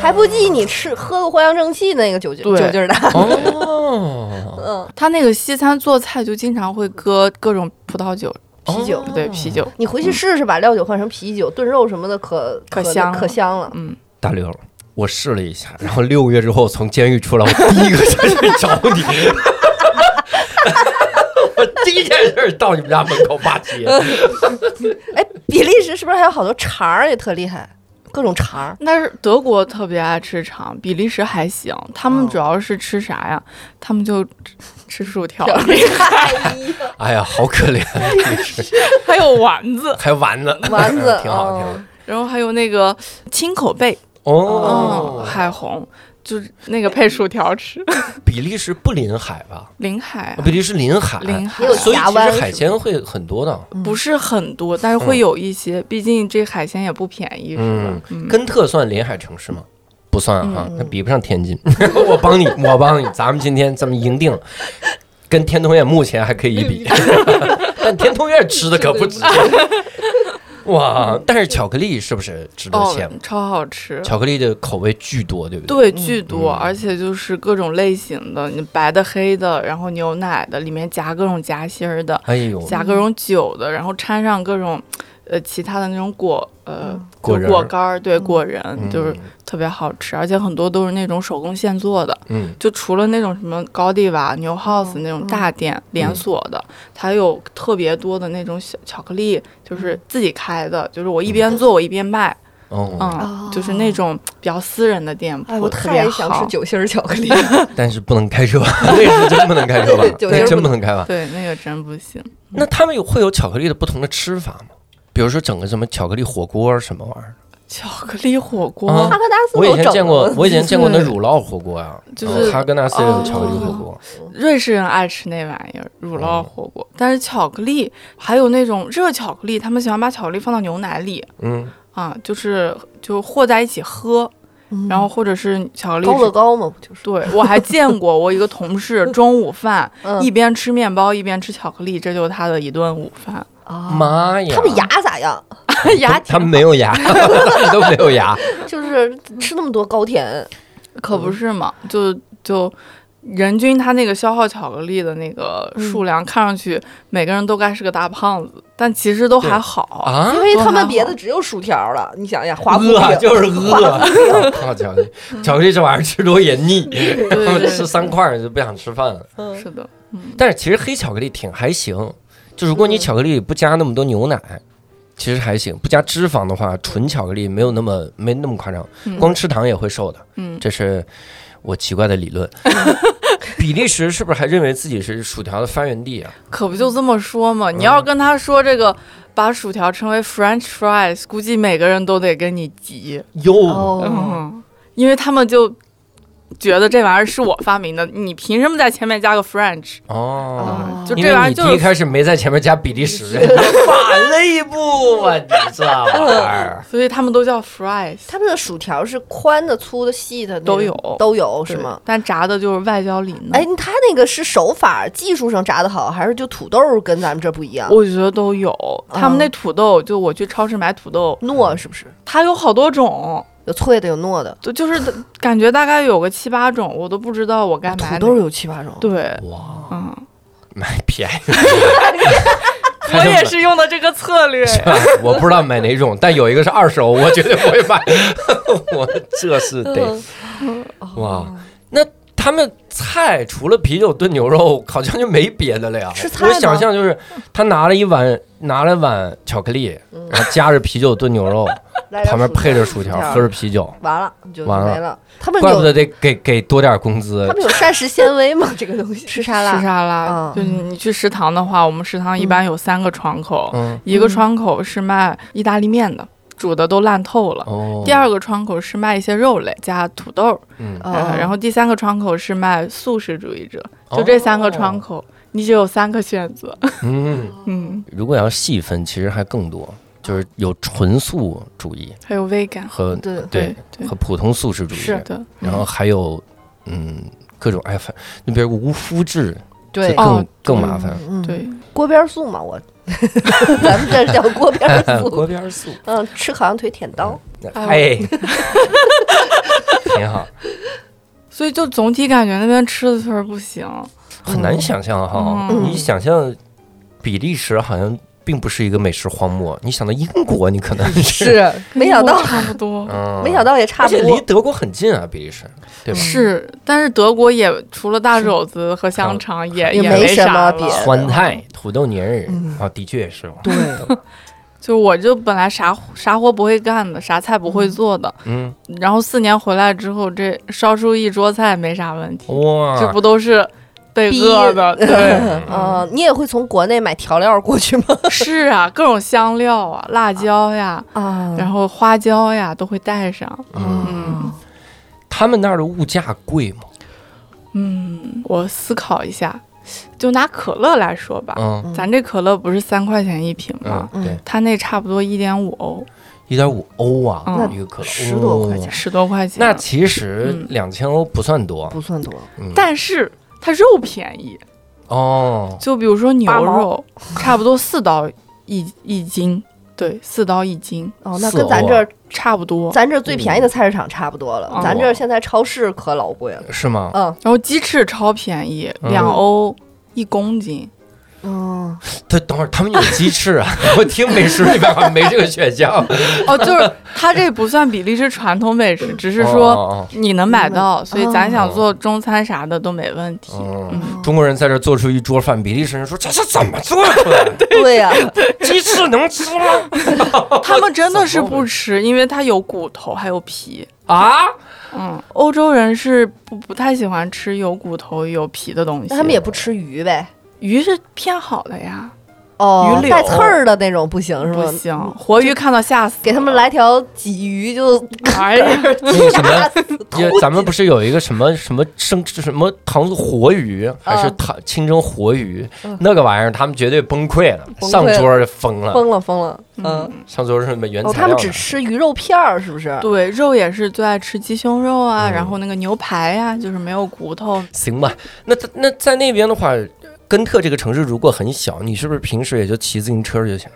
S2: 还不计你吃喝个藿香正气那个酒劲
S3: 对
S2: 酒劲儿大，
S1: 哦，
S2: 嗯，
S3: 他那个西餐做菜就经常会搁各种葡萄酒，
S2: 啤酒。
S1: 哦
S3: 对啤酒，
S2: 你回去试试，把料酒换成啤酒，炖肉什么的可
S3: 可
S2: 那
S3: 香了
S2: 可香了。
S3: 嗯，
S1: 大刘，我试了一下，然后六个月之后从监狱出来，我第一个就是找你， [laughs] 我第一件事到你们家门口骂街。
S2: [laughs] 哎，比利时是不是还有好多肠儿也特厉害？各种肠儿，
S3: 但是德国特别爱吃肠，比利时还行，他们
S2: 哦
S3: 主要是吃啥呀？他们就吃吃薯条，
S2: 哎呀
S1: 哎呀，好可怜，
S3: [laughs] 还有丸子，
S1: 还有丸子，
S2: 丸子
S1: 挺好，
S2: 嗯
S1: 挺好。
S3: 然后还有那个青口贝，
S1: 哦
S3: 嗯，，海虹。就是那个配薯条吃。 [laughs]
S1: 比利时不临海吧？哦
S3: 临海啊、
S1: 比利时临海，
S3: 临海
S2: 也
S3: 啊
S2: 有
S1: 所以
S2: 峡
S1: 其
S2: 湾
S1: 实海鲜会很多的。
S3: 不是很多，但是
S1: 嗯
S3: 会有一些，毕竟这海鲜也不便宜，是吧？嗯，
S1: 根特算临海城市吗？不算啊，
S2: 嗯嗯
S1: 那比不上天津。 [laughs] 我帮你，我帮你，咱们今天咱们赢定了，跟天通苑目前还可以一比，但天通苑吃的可不止。 [laughs] 哇！但是巧克力是不是值得
S3: 哦
S1: 羡慕？，
S3: 超好吃。
S1: 巧克力的口味巨多，对不对？
S3: 对，巨多，
S1: 嗯
S3: 而且就是各种类型的，你白的、黑的，然后牛奶的，里面夹各种夹心儿的，
S1: 哎呦，
S3: 夹各种酒的，然后掺上各种呃其他的那种果呃
S2: 嗯
S3: 就
S1: 果仁儿
S3: 果干儿，对果仁、
S1: 嗯
S3: 就是特别好吃，而且很多都是那种手工现做的，
S1: 嗯，
S3: 就除了那种什么高地瓦、牛
S2: 哦
S3: house 那种大店、
S2: 嗯
S1: 嗯
S3: 连锁的，它有特别多的那种小巧克力，
S2: 嗯
S3: 就是自己开的，就是我一边做我一边卖，
S1: 哦，
S3: 嗯，
S2: 哦
S3: 就是那种比较私人的店
S2: 哎，
S3: 铺，
S2: 我
S3: 特别
S2: 太想
S3: 好
S2: 吃。酒心儿巧克力了，？
S1: 但是不能开车， [laughs] 那是真不能开车吧
S2: 酒精
S1: 那真
S2: 不
S1: 不能开吧？
S3: 对，那个真
S1: [laughs]
S3: 不行。
S1: 那他们有会有巧克力的不同的吃法吗？比如说整个什么巧克力火锅什么玩意儿？
S3: 巧克力火锅，
S1: 啊
S2: 哈克达斯
S1: 我以
S2: 都
S1: 前
S2: 整
S1: 见过
S2: 了，
S1: 我以前见过那
S3: 对
S1: 乳酪火锅啊，
S3: 就是
S1: 哈根达斯也有巧克力火
S3: 哦
S1: 锅，
S3: 瑞士人爱吃那玩意儿，乳酪
S1: 哦
S3: 火锅。但是巧克力，还有那种热巧克力，他们喜欢把巧克力放到牛奶里
S1: 嗯，
S3: 啊，就是就和在一起喝，
S2: 嗯
S3: 然后或者是巧克力
S2: 高乐
S3: 是
S2: 高嘛，不就是
S3: 对我还见过我一个同事中午饭
S2: 嗯
S3: 一边吃面包一边吃巧克力，这就是他的一顿午饭。
S2: 啊？
S1: 妈呀，
S2: 他们牙咋样？
S3: 牙
S1: 他们没有牙，他 [laughs] 们都没有牙，
S2: 就是吃那么多高甜，
S3: 可不是嘛，就就人均他那个消耗巧克力的那个数量，看上去每个人都该是个大胖子，但其实都还好 [laughs]
S1: 啊
S2: 因，为
S3: 都
S2: 他
S3: 还
S2: 们
S3: 好
S2: 别的只有薯条了。你想想，华夫
S1: 饿啊
S2: 饼
S3: [laughs]
S1: 就是饿，靠巧克力，巧克力这玩意儿吃多也腻，他
S3: 对
S1: 们
S3: 对
S1: 吃三块儿就不想吃饭了。
S2: 嗯
S3: 是的，嗯，
S1: 但是其实黑巧克力挺还行，就如果你
S2: 嗯
S1: 巧克力不加那么多牛奶。其实还行，不加脂肪的话，纯巧克力没有那么没那么夸张，
S3: 嗯
S1: 光吃糖也会瘦的。
S3: 嗯，
S1: 这是我奇怪的理论。 [laughs] 比利时是不是还认为自己是薯条的发源地啊？
S3: 可不就这么说嘛？你要跟他说这个。把薯条称为 French fries，估计每个人都得跟你急，
S1: 哟、
S2: 哦，
S3: 嗯，因为他们就觉得这玩意儿是我发明的，你凭什么在前面加个 French？
S1: 哦，
S2: 哦
S3: 啊就
S1: 因
S3: 这
S1: 为
S3: 玩意
S1: 你
S3: 儿
S1: 第
S3: 就
S1: 一
S3: 是
S1: 开始没在前面加比利时，晚了一步啊，你这玩意儿。
S3: 所以他们都叫 fries，
S2: 他们的薯条是宽的、粗的、细的那种
S3: 都有
S2: 都有是
S3: 对
S2: 吗？？
S3: 但炸的就是外焦里嫩。
S2: 哎，他那个是手法技术上炸的好，还是就土豆儿跟咱们这不一样？
S3: 我觉得都有，他们
S2: 嗯
S3: 那土豆，就我去超市买土豆，
S2: 糯是不是
S3: 它有好多种，
S2: 有脆的有糯的？
S3: 就就是感觉大概有个七八种，我都不知道我该买
S2: 哦土
S3: 哪。
S2: 豆儿有七八种，
S3: 对，
S1: 哇，
S3: 嗯，
S1: 买
S3: [laughs]
S1: 便宜，
S3: 我也是用的这个策略。
S1: [laughs] 我不知道买哪种，但有一个是二手，我绝对不会买。 [laughs] 我这是得
S2: 嗯
S1: 哇，那他们菜除了啤酒炖牛肉，好像就没别的了呀。
S2: 吃菜
S1: 我
S2: 吗
S1: 想象就是他拿了一碗，拿了碗巧克力，
S2: 嗯
S1: 然后夹着啤酒炖牛
S2: [laughs]
S1: 肉，
S2: 来点
S1: 旁边
S2: 薯
S1: 配着薯
S2: 薯
S1: 条，
S2: 条
S1: 喝着啤酒，
S2: 完了就
S1: 完了
S2: 没了。他们
S1: 怪不
S2: 有
S1: 得得给给多点工
S2: 他
S1: 资
S2: 们。有膳食纤维吗？ [laughs] 这个东西吃沙
S3: 吃 [laughs]
S2: 拉
S3: 沙拉
S2: 嗯，
S3: 就是你去食堂的话，我们食堂一般有三个窗口，
S1: 嗯，
S3: 一个窗口是卖意大利面的，煮的都烂透了。
S1: 哦，
S3: 第二个窗口是卖一些肉类加土豆，呃
S1: 嗯，
S2: 哦
S3: 然后第三个窗口是卖素食主义者，
S1: 哦
S3: 就这三个窗。口，你只有三个选择。
S1: 嗯，
S3: [laughs] 嗯，
S1: 如果要细分，其实还更多，就是有纯素主义
S3: 还有 vegan，
S1: 和
S2: 对
S1: 对
S3: 对
S1: 和普通素食主义，
S2: 是
S3: 的，
S1: 然后还有嗯各种哎反，你比如无麸质，
S2: 对
S1: 就更、
S3: 哦
S1: 更麻烦。
S2: 嗯，
S3: 对，
S2: 锅边素嘛，我 [laughs] 咱们这叫锅边
S1: [laughs]
S2: 素，
S1: 呃边素，
S2: 嗯，吃烤羊腿舔刀，
S1: 哎， [laughs] 挺好，
S3: 所以就总体感觉那边吃的确实不行。
S1: 很难想象哈。
S3: 嗯
S1: 你想象比利时好像并不是一个美食荒漠，你想到英国，你可能是 [laughs]
S2: 没想到
S3: 跟中国差不多。
S1: 嗯，
S2: 没想到也差
S1: 而
S2: 不
S1: 且离
S2: 多。
S1: 德国很近啊，比利时，对吧？
S3: 是，但是德国也除了大肘子和香肠，
S1: 嗯
S3: 也
S2: 也没
S3: 没
S2: 什么
S3: 啥
S2: 别
S3: 了。
S1: 酸菜、土豆泥儿
S2: 嗯
S1: 啊，的确也是。
S2: 对，
S3: 就我就本来啥啥活不会干的，啥菜不会做的，
S1: 嗯，
S3: 然后四年回来之后，这烧出一桌菜没啥问题，这
S1: 哇，
S3: 不都是
S2: [laughs]
S3: 被
S2: 逼
S3: 饿的？对， [laughs]
S2: 嗯，你也会从国内买调料过去吗？
S3: 是啊，各种香料啊，辣椒呀，
S2: [laughs] 啊
S3: 然后花椒呀，都会带上。
S1: 嗯，
S3: 嗯，
S1: 他们那儿的物价贵吗？
S3: 嗯，我思考一下，就拿可乐来说吧，
S1: 嗯
S3: 咱这可乐不是三块钱一瓶吗
S1: 嗯？，对，
S3: 它那差不多一点五欧，
S1: 一点五欧啊，
S3: 嗯
S1: 一个可乐
S2: 十多块钱
S1: 哦
S3: 十多块钱。
S1: 那其实
S3: 嗯
S1: 两千欧不算多
S2: 不算多，
S1: 嗯
S3: 但是它肉便宜，
S1: 哦，
S3: 就比如说牛
S2: 八毛
S3: 肉，差不多四刀一一斤，对，四刀一斤，
S2: 哦，那
S1: 四
S2: 跟咱
S1: 欧啊
S2: 这儿
S3: 差不多。
S2: 咱这儿最便宜的菜市场差不多了
S3: 哦，
S2: 咱这儿现在超市可老贵了。
S1: 是吗？
S2: 嗯
S3: 然后鸡翅超便宜，
S1: 嗯
S3: 两欧一公斤。
S2: 嗯，
S1: 他等会儿他们有鸡翅啊， [laughs] 我听美食里边好像没这个选项。
S3: 哦，就是它这不算比利时传统美食，只是说
S1: 哦，
S3: 你能买到，所以咱
S2: 哦
S3: 想做中餐啥的都没问题。
S1: 哦哦嗯，
S2: 嗯
S1: 中国人在这儿做出一桌饭，比利时人说这是怎么做 [laughs] 出来的？
S2: 对呀，
S1: 鸡翅能吃吗？哦
S3: 他们真的是不吃，因为它有骨头还有皮。
S1: 啊？
S2: [laughs]
S3: 嗯，欧洲人是不不太喜欢吃有骨头有皮的东西。
S2: 那他们也不吃鱼呗？
S3: 鱼是偏好的呀，
S2: 哦
S3: 鱼，柳
S2: 带刺儿的那种不行是
S3: 不
S2: 吗？
S3: 行，活鱼看到吓死。
S2: 嗯给他们，来条鲫鱼就
S3: 哎
S2: [laughs]
S3: 呀，
S1: 那个什么
S2: 压死，
S1: 也咱们不是有一个什么什么生什么糖醋活鱼，还是糖清蒸活鱼
S2: 嗯，
S1: 那个玩意儿他们绝对崩溃了，
S2: 崩溃
S1: 上桌就疯了，
S2: 疯了疯了。嗯，
S3: 嗯，
S1: 上桌是什么原材
S2: 哦，
S1: 料
S2: 他
S1: 呢
S2: 们只吃鱼肉片儿是不是？
S3: 对，肉也是最爱吃鸡胸肉啊，
S1: 啊嗯
S3: 然后那个牛排呀、就是没有骨头。
S1: 行吧？那他那在那边的话，根特这个城市如果很小，你是不是平时也就骑自行车就行？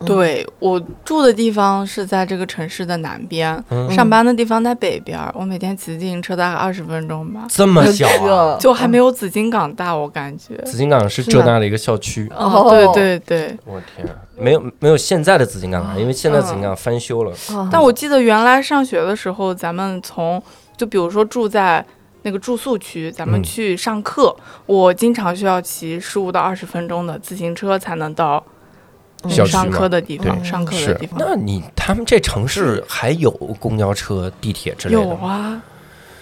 S2: 嗯
S3: 对我住的地方是在这个城市的南边，
S1: 嗯，
S3: 上班的地方在北边儿，我每天骑自行车大概二十分钟吧，
S1: 这么小啊？
S3: 就还没有紫金港大，我感觉。
S1: 紫金港是浙大的一个校区。
S2: 哦
S3: 对对对，
S1: 我天啊，没有没有现在的紫金港啊，因为
S3: 嗯
S1: 现在紫金港翻修了。
S2: 哦。
S3: 但我记得原来上学的时候，咱们从就比如说住在那个住宿区，咱们
S1: 嗯
S3: 去上课，我经常需要骑十五到二十分钟的自行车才能到
S2: 嗯
S1: 小区
S3: 上课
S1: 嘛
S3: 的地
S1: 对
S3: 方，上课的
S1: 是
S3: 地，方。
S1: 那你他们这城市还有公交车、地铁之类的
S3: 有
S1: 吗？
S3: 啊，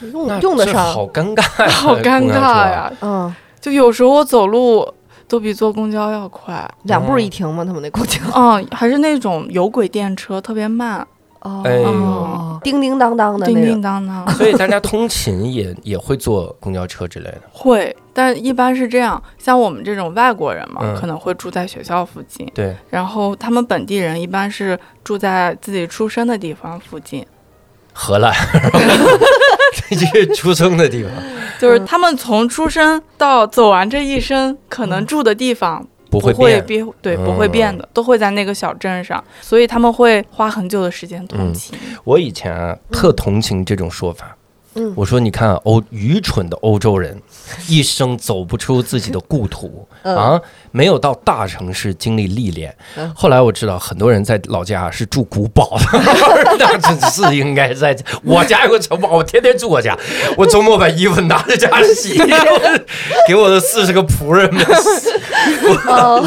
S1: 那
S2: 用用得
S1: 这
S2: 上，
S1: 好尴尬呀，
S3: [laughs] 好尴
S1: 公交车
S3: 尬！呀！
S2: 嗯，
S3: 就有时候我走路都比坐公交
S1: [laughs]
S3: 要快，
S2: 两步
S3: 哦
S2: 一停嘛，他们那公交。
S3: 嗯，还是那种有轨电车，特别慢，
S2: [laughs] 哦
S1: 哎
S3: 呦
S2: 叮叮当当的
S3: 叮
S2: 那种
S3: 叮。当当。
S1: [laughs] 所以大家通勤也也会坐公交车之类的。
S3: 会，但一般是这样，像我们这种外国人嘛，
S1: 嗯
S3: 可能会住在学校附近，
S1: 对，
S3: 然后他们本地人一般是住在自己出生的地方
S1: [laughs]
S3: 附近，
S1: 荷兰， [laughs] 这是出生的地方，
S3: 就是他们从出生到走完这一生，可能住的地方
S1: 嗯不
S3: 不
S1: 会
S3: 会
S1: 变。嗯
S3: 变，对，不会变的，都会在那个小镇上，所以他们会花很久的时间通
S1: 嗯
S3: 勤。
S1: 我以前啊特同情这种说法。
S2: 嗯
S1: 我说，你看啊欧愚蠢的欧洲人，一生走不出自己的故土、
S2: 嗯
S1: 啊，没有到大城市经历历练。
S2: 嗯
S1: 后来我知道，很多人在老家是住古堡的， [laughs] 那真是应该在我家有个城堡，我天天住我家，我周末把衣服拿在家洗，
S2: [laughs]
S1: 给我的四十个仆人们
S3: [laughs]
S2: 哦，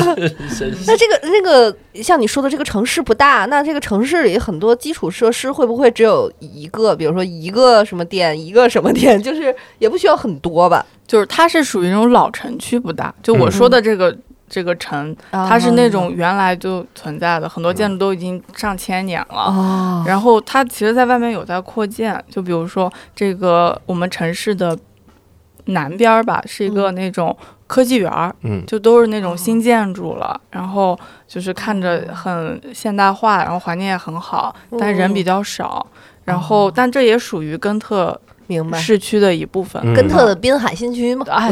S1: 洗。
S2: 那这个那个，像你说的这个城市不大，那这个城市里很多基础设施会不会只有一个？比如说一个什么店，一个什么店， [laughs] 就是也不需要很多吧？
S3: 就是它是属于那种老城区不大，就我说
S1: 嗯
S3: 的这个、这个城，
S2: 哦
S3: 它是那种原来就存在的，很多建筑都已经上千年了。
S2: 哦，
S3: 然后它其实，在外面有在扩建，就比如说这个我们城市的南边儿吧，是一
S2: 嗯
S3: 个那种科技园儿，
S1: 嗯，
S3: 就都是那
S2: 哦
S3: 种新建筑了，然后就是看着很现代化，然后环境也很好，
S2: 哦
S3: 但人比较少。然后，但这也属于根特
S2: 明白。
S3: 市区的一部分，
S1: 嗯
S2: 根特的滨海新区嘛， [laughs]
S3: 哎，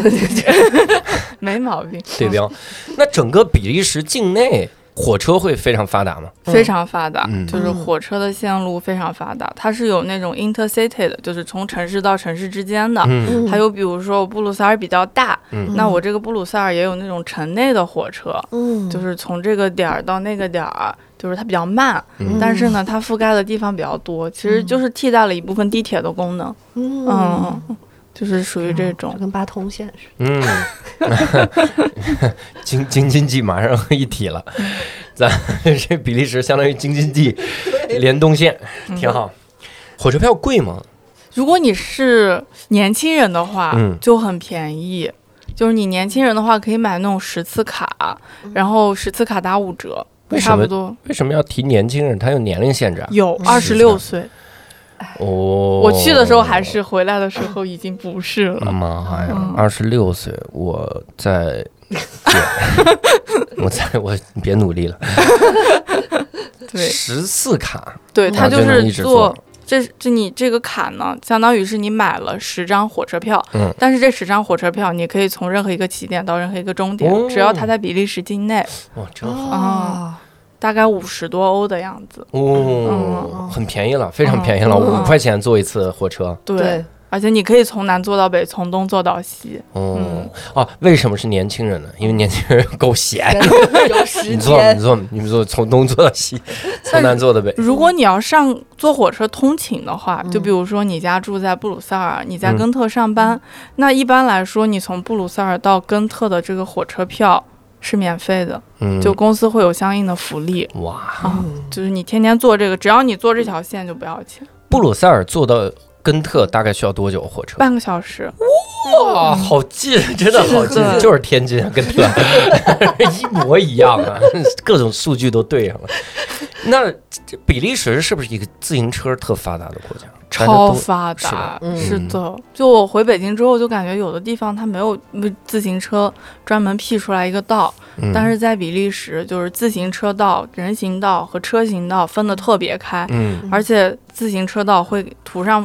S3: 没毛病，
S1: 对
S2: 嗯
S1: 标。那整个比利时境内火车会非常发达吗？
S3: 非常发达，
S1: 嗯
S3: 就是火车的线路非常发达，它是有那种 intercity 的，就是从城市到城市之间的。
S1: 嗯
S2: 嗯
S3: 还有比如说布鲁塞尔比较大，
S1: 嗯
S3: 那我这个布鲁塞尔也有那种城内的火车，
S2: 嗯，
S3: 就是从这个点儿到那个点儿，就是它比较慢，
S1: 嗯
S3: 但是呢，它覆盖的地方比较多，其实就是替代了一部分地铁的功能。
S2: 嗯
S3: 嗯，嗯就是属于这种
S2: 就。跟八通线似的。
S1: 嗯， [laughs] 京京津冀马上一体了，咱这比利时相当于京津冀联动线，
S3: 嗯
S1: 挺好。火车票贵吗？
S3: 如果你是年轻人的话，
S1: 嗯
S3: 就很便宜。就是你年轻人的话，可以买那种十次卡，然后十次卡打五折
S1: 为，什
S3: 差
S1: 么
S3: 不多
S1: 为什么要提年轻人？他有年龄限制啊？
S3: 有
S2: 嗯
S3: 二十六岁。
S1: 哦，
S3: 我
S1: 我
S3: 去的时候还是，回来的时候已经不是
S1: 哦
S3: 了。
S1: 妈呀
S3: 嗯，
S1: 二十六岁，我
S3: [laughs]
S1: 在， [laughs] 我在我你别努力了，
S3: 对
S1: 十四卡，
S3: 对，他
S1: 啊
S3: 就
S1: 就能
S3: 是
S1: 一直
S3: 做
S1: 做
S3: 这这你这个卡呢，相当于是你买了十张火车票，
S1: 嗯
S3: 但是这十张火车票你可以从任何一个起点到任何一个终点，
S1: 哦
S3: 只要它在比利时境内，
S1: 哇，真好，
S3: 哦，大概五十多欧的样子。
S1: 哦，很便宜了，非常便宜了，
S3: 嗯
S1: 五块钱坐一次火车，
S3: 对，
S2: 对，
S3: 而且你可以从南坐到北，从东坐到西。嗯
S1: 哦，哦，为什么是年轻人呢？因为年轻人够
S3: [laughs]
S1: 闲，
S2: 有时
S1: 你坐，你
S2: 间，
S1: 坐，你们坐，从东坐到
S3: [laughs]
S1: 西，从南坐到北，
S3: 如果你要上坐火车通勤的话，
S2: 嗯
S3: 就比如说你家住在布鲁塞尔，你在
S1: 嗯
S3: 根特上班，那一般来说，你从布鲁塞尔到根特的这个火车票是免费的，
S1: 嗯，
S3: 就公司会有相应的福利。
S1: 哇，
S3: 啊，
S2: 嗯
S3: 就是你天天坐这个，只要你坐这条线就不要钱，
S1: 布鲁塞尔坐到根特大概需要多久火
S3: [laughs]
S1: 车？
S3: 半个小时。
S1: 哇，好近，真的好近
S3: 是，的
S1: 就是天津啊跟特 [laughs] 一模一样啊，各种数据都对上了。那这比利时是不是一个自行车特发达的国家？大家
S3: 超
S1: 都
S3: 发
S1: 是
S3: 达，
S2: 的嗯
S3: 的。就我回北京之后，就感觉有的地方它没有嗯自行车专门辟出来一个道，
S1: 嗯
S3: 但是在比利时，就是自行车道、人行道和车行道分得特别开，
S1: 嗯，
S3: 而且自行车道会涂上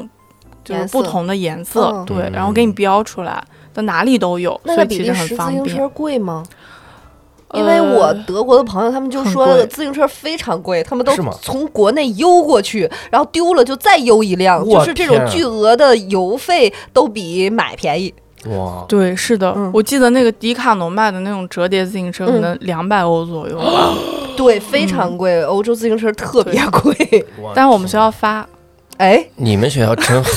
S3: 就是
S2: 颜色
S3: 不同的颜色，
S2: 嗯
S3: 对，
S1: 嗯
S3: 然后给你标出来。到哪里都有，
S2: 那在
S3: 所以
S2: 比
S3: 其
S2: 利
S3: 实很
S2: 时自
S3: 方
S2: 行
S3: 便。
S2: 车贵吗？因为我
S3: 呃
S2: 德国的朋友，他们就
S3: 很
S2: 说
S3: 贵
S2: 自行车非常贵，他们都
S1: 是吗
S2: 从国内邮过去，然后丢了就再邮一辆，
S1: 我
S2: 就是这种
S1: 天啊
S2: 巨额的邮费都比买便宜。
S1: 哇，
S3: 对，是的，
S2: 嗯
S3: 我记得那个迪卡侬卖的那种折叠自行车，可
S2: 嗯
S3: 能两百欧左右吧。
S1: 哦
S2: 对，非
S3: 嗯
S2: 常贵，欧洲自行车特别贵。
S3: 但是我们学校发，
S2: 哎，
S1: 你们学校真好，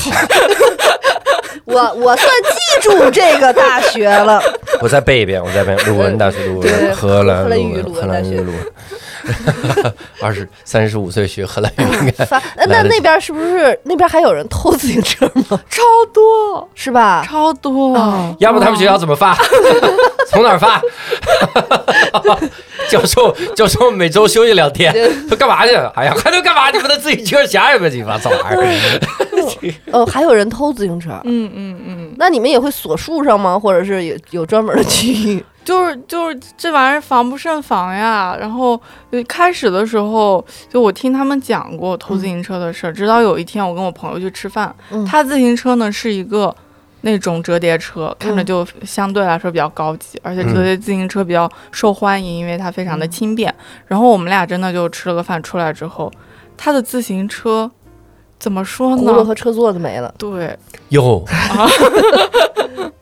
S2: 我我算记住这个大学了，
S1: 我再背一遍，我再背鲁文大学，鲁
S2: 对
S1: 文荷兰
S2: 荷兰语
S1: 文
S2: 鲁文
S1: 荷兰
S2: 大
S1: 语
S2: 学
S1: 鲁文，二十三十五岁学荷
S2: [laughs]
S1: 兰语 [laughs] 应该
S2: 发那
S1: 来
S2: 那
S1: 得及
S2: 那边是不是那边还有人偷自行车吗？
S3: 超多，
S2: 是吧？
S1: [laughs]
S3: 超多，嗯
S2: 哦
S1: 要啊不他们学校怎么发？ [laughs] 从哪儿发？教授，教授每周休息两天，说干嘛去？哎呀，还能干嘛？你们的自行车啥也没地方，这玩意
S2: [laughs]
S1: 儿。
S2: 呃，嗯还有人偷自行车。
S3: 嗯嗯嗯，
S2: 那你们也会锁树上吗？或者是有有专门的区
S3: [laughs]
S2: 域？
S3: 就是就是这玩意儿防不胜防呀。然后呃开始的时候，就我听他们讲过偷自行车的事儿，直到有一天我跟我朋友去吃饭，
S2: 嗯
S3: 他自行车呢是一个。那种折叠车看着
S2: 嗯
S3: 就相对来说比较高级，而且
S1: 嗯
S3: 折叠自行车比较受欢迎，因为它非常的
S2: 嗯
S3: 轻便。然后我们俩真的就吃了个饭，出来之后，他的自行车怎么说
S2: 轱辘
S3: 呢？
S2: 和车座就没了， [laughs]
S3: 对， [laughs]
S1: 哟，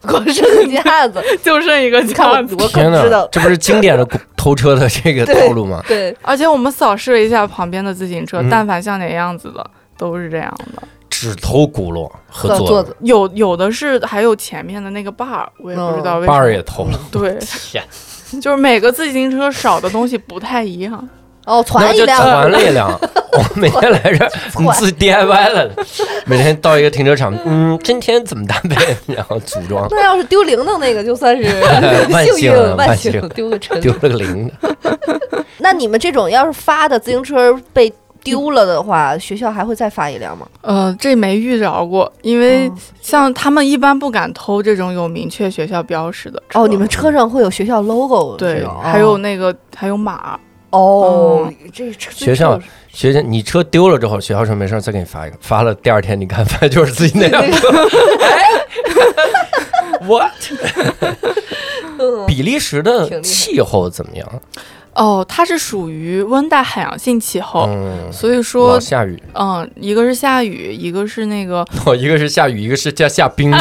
S2: 光剩个架
S3: [laughs]
S2: 子。
S3: 就剩一个
S2: 你看我
S3: 架子。
S2: 我
S1: 天
S2: 可知
S1: 哪
S2: 道，，
S1: 这不是经典的偷车的这个套路吗？
S2: 对，
S3: 而且我们扫视了一下旁边的自行车，
S1: 嗯
S3: 但凡像那样子的都是这样的，
S1: 只偷轱辘和
S2: 坐
S1: 座
S2: 子
S3: 有有的是还有前面的那个把儿，我也不知道为什
S1: 嗯把
S3: 么。
S1: 儿也偷了，
S3: 对，
S1: 天，
S3: [laughs] 就是每个自行车少的东西不太一样。
S2: 哦，
S1: 那
S2: 传一
S1: 就
S2: 辆，
S1: 传了一辆。我每天来这儿，你自己 DIY 了，每天到一个停车场，嗯，今天怎么搭配， [laughs] 然后组装，
S2: 那要是丢铃铛那个就算
S1: [laughs]
S2: 是
S1: 万
S2: [laughs] 幸
S1: 幸啊
S2: 运
S1: 万
S2: 幸
S1: 幸，
S2: 丢个尘。
S1: 丢了个零。
S2: 那你们这种要是发的自行车被丢了的话，学校还会再发一辆吗？
S3: 呃，这没遇着过，因为
S2: 嗯
S3: 像他们一般不敢偷这种有明确学校标识的车。
S2: 哦，你们车上会有学校 logo，
S1: 哦
S3: 对
S2: 这，种
S3: 还有那个还有马，
S2: 哦，这车
S1: 学校学生，你车丢了之后，学校说没事儿，再给你发一个。发了第二天，你看，发现就是自己那辆车。哎，what？比
S2: 嗯
S1: 利时的气候怎么样？
S3: 哦，它是属于温带海洋性气候，
S1: 嗯，
S3: 所以哦说
S1: 老下雨，
S3: 嗯，一个是下雨，一个是那个
S1: 哦，一个是下雨，一个是下下冰雨，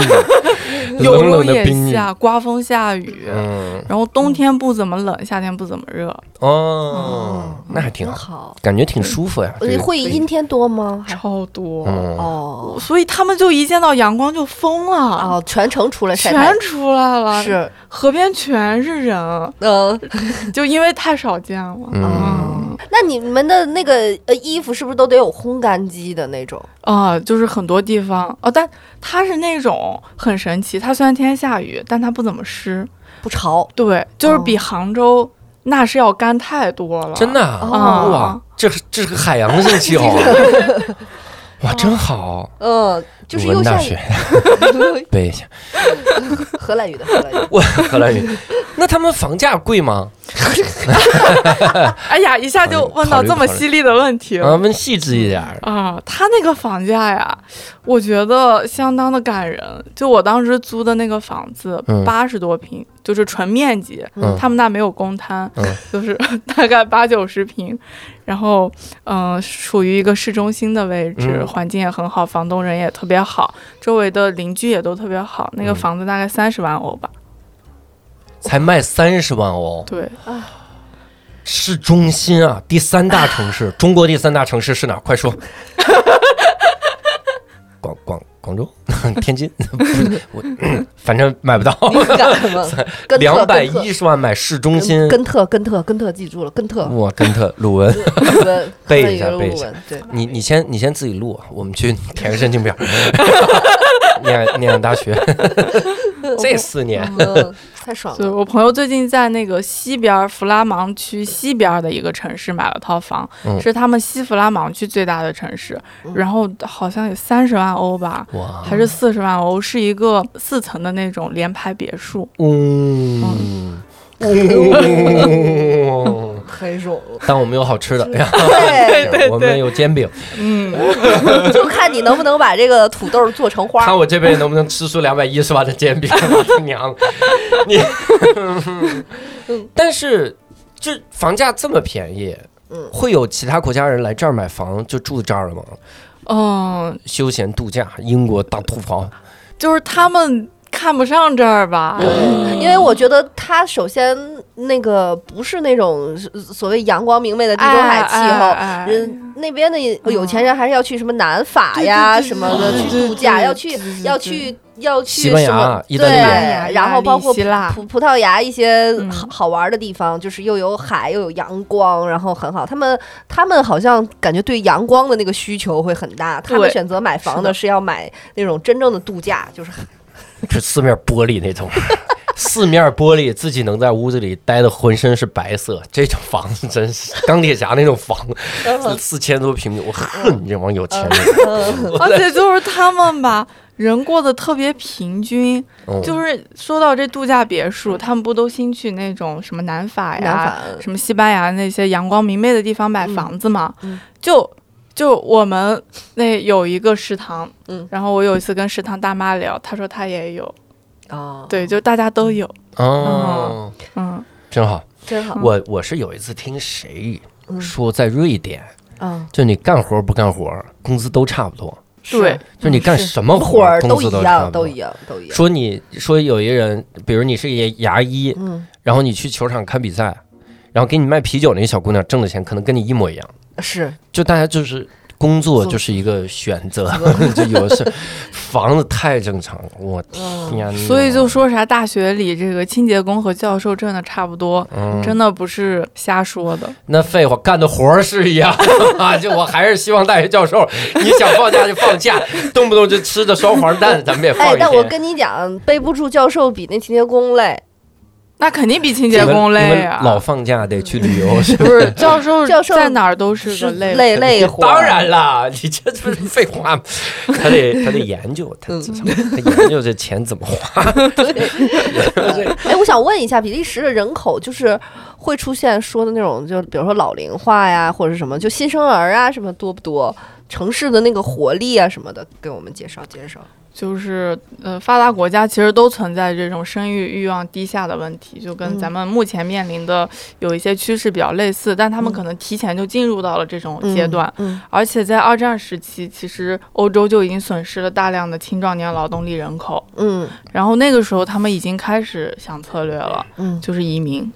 S3: 有
S1: 冷冷
S3: 时候
S1: 的
S3: 也
S1: 冰雨。
S3: 下，刮风下雨，
S1: 嗯，
S3: 然后冬天不怎么冷，夏天不怎么热，
S1: 哦，那还挺
S2: 真
S1: 好，
S2: 好。
S1: 感觉挺舒服呀。这
S2: 呃
S1: 个
S2: 会阴天多吗？还
S3: 超多。
S1: 嗯，
S2: 哦
S3: 所以他们就一见到阳光就疯了，
S2: 哦，全程出来晒太
S3: 全出来了，
S2: 阳是
S3: 河边全是人，
S2: 嗯，
S3: 就因为太少见了。
S1: 嗯
S3: 嗯
S2: 那你们的那个呃衣服是不是都得有烘干机的那种？
S3: 啊、就是很多地方哦，但它是那种很神奇，它虽然天天下雨，但它不怎么湿。
S2: 不潮，
S3: 对，就是比
S2: 哦
S3: 杭州那是要干太多了，
S1: 真的啊，
S2: 哦
S3: 啊、
S1: [laughs]
S2: [laughs]
S1: 哇，这是这是个海洋性气候啊。哇，真好！
S2: 嗯，就是
S1: 鲁
S2: 又
S1: 文大
S2: 下 [laughs] 雨
S1: 学，背一下
S2: 荷兰语的荷兰语，
S1: 我荷兰语。那他们房价贵吗？
S3: 哎呀，一下就问到这么犀利的问题了
S1: 啊，问细致一点儿。
S3: 啊！他那个房价呀，我觉得相当的感人。就我当时租的那个房子
S1: 嗯，
S3: 八十多平，就是纯面积，
S1: 嗯
S3: 他们那没有公摊，
S1: 嗯
S3: [laughs] 就是大概八九十平，然后嗯、呃属于一个市中心的位置，
S1: 嗯
S3: 环境也很好，房东人也特别好，周围的邻居也都特别好。那个
S1: 嗯
S3: 房子大概三十万欧吧，
S1: 才卖三十万欧，
S3: 对，
S1: 市中心啊，第三大城市，中国第三大城市是哪儿？快说。 [laughs] 广广广州、 [laughs] 天津，不是我反正买不
S2: [laughs]
S1: 到，
S2: 你干什
S1: [laughs]
S2: 么？跟特
S1: 两百
S2: 跟特
S1: 一十万买市中心
S2: 跟。跟特跟特跟特记住了，跟特
S1: 我跟特鲁文， [laughs]
S2: 鲁文
S1: 背
S2: 荷
S1: 一下
S2: 兰语的
S1: 背一
S2: 鲁
S1: 下
S2: 文，对，
S1: 你你先你先自己录，啊我们去填个申
S2: [laughs]
S1: 请表，念念大学， [laughs] 这四年
S2: 嗯，太爽
S3: 对
S2: 了。
S3: 我朋友最近在那个西边儿弗拉芒区西边儿的一个城市买了套房，
S1: 嗯
S3: 是他们西弗拉芒区最大的城市，
S2: 嗯
S3: 然后好像有三十万欧吧。
S1: 哇，
S3: 还是四十万欧，是一个四层的那种联排别墅。
S1: 嗯，
S2: [laughs]
S1: 嗯
S2: 太爽了，
S1: 但我们有好吃的，然后 [laughs]
S2: 对，
S1: 我们有煎饼，
S3: 嗯，
S2: 就看你能不能把这个土豆做成花
S1: 看。我这辈子能不能吃出两百一十万的煎饼，我他
S2: [laughs]
S1: 娘的！你，但是就房价这么便宜，
S2: 嗯
S1: 会有其他国家人来这儿买房就住这儿了吗？
S3: 嗯，
S1: 休闲度假，英国大土房，
S3: 就是他们看不上这儿吧？
S2: 因为我觉得它首先那个不是那种所谓阳光明媚的地中海气候，
S3: 哎
S2: 人嗯 [laughs] 那边的
S3: 嗯
S2: 有钱人还是要去什么南法呀
S3: 对对对
S2: 什么的
S3: 对
S2: 去
S3: 对对
S2: 度假，
S3: 对
S2: 要去
S3: 对对对
S2: 要去要去
S1: 西班牙
S2: 什么
S1: 意大利
S2: 对
S3: 意
S2: 然后包括
S3: 希腊
S2: 葡葡萄牙一些
S3: 嗯
S2: 好好玩的地方，就是又有海又有阳光，然后很好。他们他们好像感觉对阳光的那个需求会很大，他们
S3: 对
S2: 选择买房
S3: 是
S2: 的
S3: 的
S2: 是要买那种真正的度假，就是
S1: 就四面玻璃那种。 [laughs] 四面玻璃，自己能在屋子里待的浑身是白色，这种房子真是钢铁侠那种房子，四千多平米，我恨
S2: 嗯
S1: 你这帮有钱人。
S3: [laughs] 嗯而且就是他们吧，人过得特别平均。
S2: [laughs]
S1: 嗯
S3: 就是说到这度假别墅，他们不都新去那种什么南法哎呀、
S2: 南法
S3: 什么西班牙那些阳光明媚的地方买房子嘛？
S2: 嗯嗯
S3: 就就我们那有一个食堂，
S2: 嗯
S3: 然后我有一次跟食堂大妈聊，她说她也有，
S2: 哦，
S3: 对，就大家都有，
S1: 哦，
S3: 嗯，
S1: 真好。
S2: 真好，
S1: 我我是有一次听谁
S2: 哦嗯
S1: 说，在瑞典，
S2: 嗯，
S1: 就你干活不干活，工资都差不多，
S3: 对，
S1: 就你干什么
S2: 嗯活儿
S1: 工
S2: 都
S1: 资
S2: 一
S1: 差不
S2: 样，
S1: 多
S2: 都。一样，都一样。
S1: 说你说有一个人，比如你是一个牙医，
S2: 嗯，
S1: 然后你去球场看比赛，然后给你卖啤酒那个小姑娘挣的钱可能跟你一模一样，
S2: 是
S1: 就大家就是。工作就是一个选
S3: [laughs]
S1: 择， [laughs] 就有的是房子太正常了，我天哪！
S3: 所以就说啥大学里这个清洁工和教授挣的差不多，
S1: 嗯
S3: 真的不是瞎说的。
S1: 那废话，干的活儿是一样 [laughs] 啊，就我还是希望大学教
S3: [laughs]
S1: 授，你想放假就放假，动不动就吃着双黄蛋，咱们也放
S2: 哎
S1: 一，天。
S2: 但我跟你讲，背不住教授比那清洁工累。
S3: 那肯定比清洁工
S1: 你们
S3: 累
S1: 你
S3: 啊
S1: 们！老放假得去旅游，是吧
S3: [laughs] 不是 [laughs] 教授
S2: 教授
S3: 在哪儿都是个累
S2: 累累活，
S1: 当，然啦，你这不是废话
S3: [laughs]
S1: 吗？他得他得研究，
S3: 嗯
S1: 他至少他研究这钱怎么花。
S2: 哎，我想问一下，比利时的人口就是会出现说的那种，就比如说老龄化呀，或者是什么，就新生儿啊什么多不多？城市的那个活力啊什么的，给我们介绍介绍。
S3: 就是呃，发达国家其实都存在这种生育欲望低下的问题，就
S2: 嗯
S3: 跟咱们目前面临的有一些趋势比较类似，但他们
S2: 嗯
S3: 可能提前就进入到了这种阶段。
S2: 嗯，
S3: 而且在二战时期，其实欧洲就已经损失了大量的青壮年劳动力人口，
S2: 嗯
S3: 然后那个时候他们已经开始想策略了，
S2: 嗯嗯，
S3: 就是移民，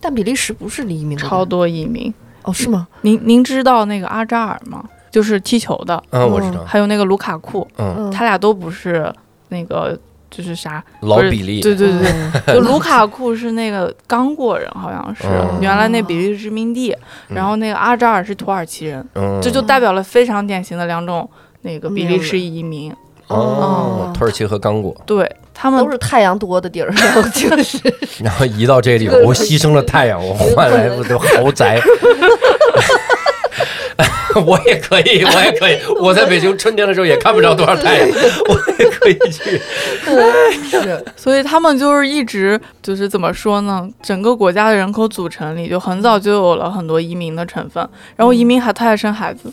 S2: 但比利时不是黎明国家
S3: 超多移民。
S2: 哦，是吗？
S3: 您您知道那个阿扎尔吗？就是踢球的，
S1: 嗯，我知道，
S3: 还有那个卢卡库，
S1: 嗯，
S2: 嗯，
S3: 他俩都不是那个就是啥，
S1: 老
S3: 不是
S1: 比例，
S3: 对
S2: 嗯
S3: 对对，
S2: 对，
S3: 就卢卡库是那个刚果人，好像是、
S1: 嗯
S3: 原来那比利时殖民地，
S1: 嗯
S3: 然后那个阿扎尔是土耳其人，
S1: 嗯，
S3: 这就代表了非常典型的两种那个比利时移民，
S1: 哦，土耳其和刚果，
S3: 对他们
S2: 都是太阳多的地儿，然后就是
S1: 然后移到这里，我牺牲了太阳，我换来了豪宅。 [laughs] 我也可以，我也可以。我在北京春天的时候也看不着多少太阳，我也可以去。 [laughs]
S2: 是
S3: 所以他们就是一直就是怎么说呢？整个国家的人口组成里，就很早就有了很多移民的成分，然
S2: 嗯
S3: 后移民还特爱生孩子，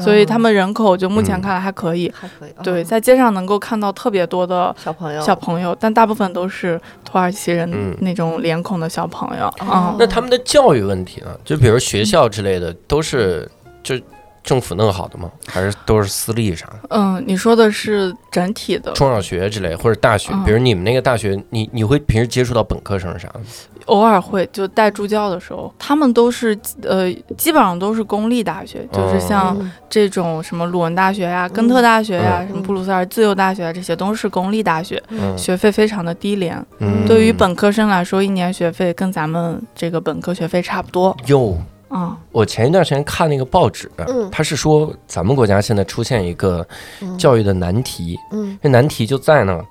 S3: 所以他们人口就目
S1: 嗯
S3: 前看来还可以。
S2: 还可以，
S3: 对，
S2: 嗯
S3: 在街上能够看到特别多的
S2: 小朋友，
S3: 小朋友，但大部分都是土耳其人
S1: 嗯
S3: 那种脸孔的小朋友。
S2: 哦
S3: 嗯，
S1: 那他们的教育问题呢？就比如学校之类的，都是就政府弄好的吗？还是都是私立啥的？
S3: 嗯，你说的是整体的，
S1: 中小学之类，或者大学？
S3: 嗯
S1: 比如你们那个大学，你你会平时接触到本科生啥的吗？
S3: 偶尔会就带助教的时候，他们都是呃，基本上都是公立大
S1: 哦
S3: 学，就是像
S2: 嗯
S3: 这种什么鲁汶大学呀、根特大学呀、
S1: 嗯
S3: 什么布鲁塞尔自由大学啊，这些都是公立大学，
S1: 嗯，
S3: 学费非常的低廉。
S1: 嗯
S3: 对于本科生来说，一年学费跟咱们这个本科学费差不多。
S1: 哟，
S3: 嗯，
S1: 我前一段时间看那个报纸，
S2: 嗯
S1: 他是说咱们国家现在出现一个
S2: 嗯
S1: 教育的难题，
S2: 嗯，
S1: 这难题就在呢，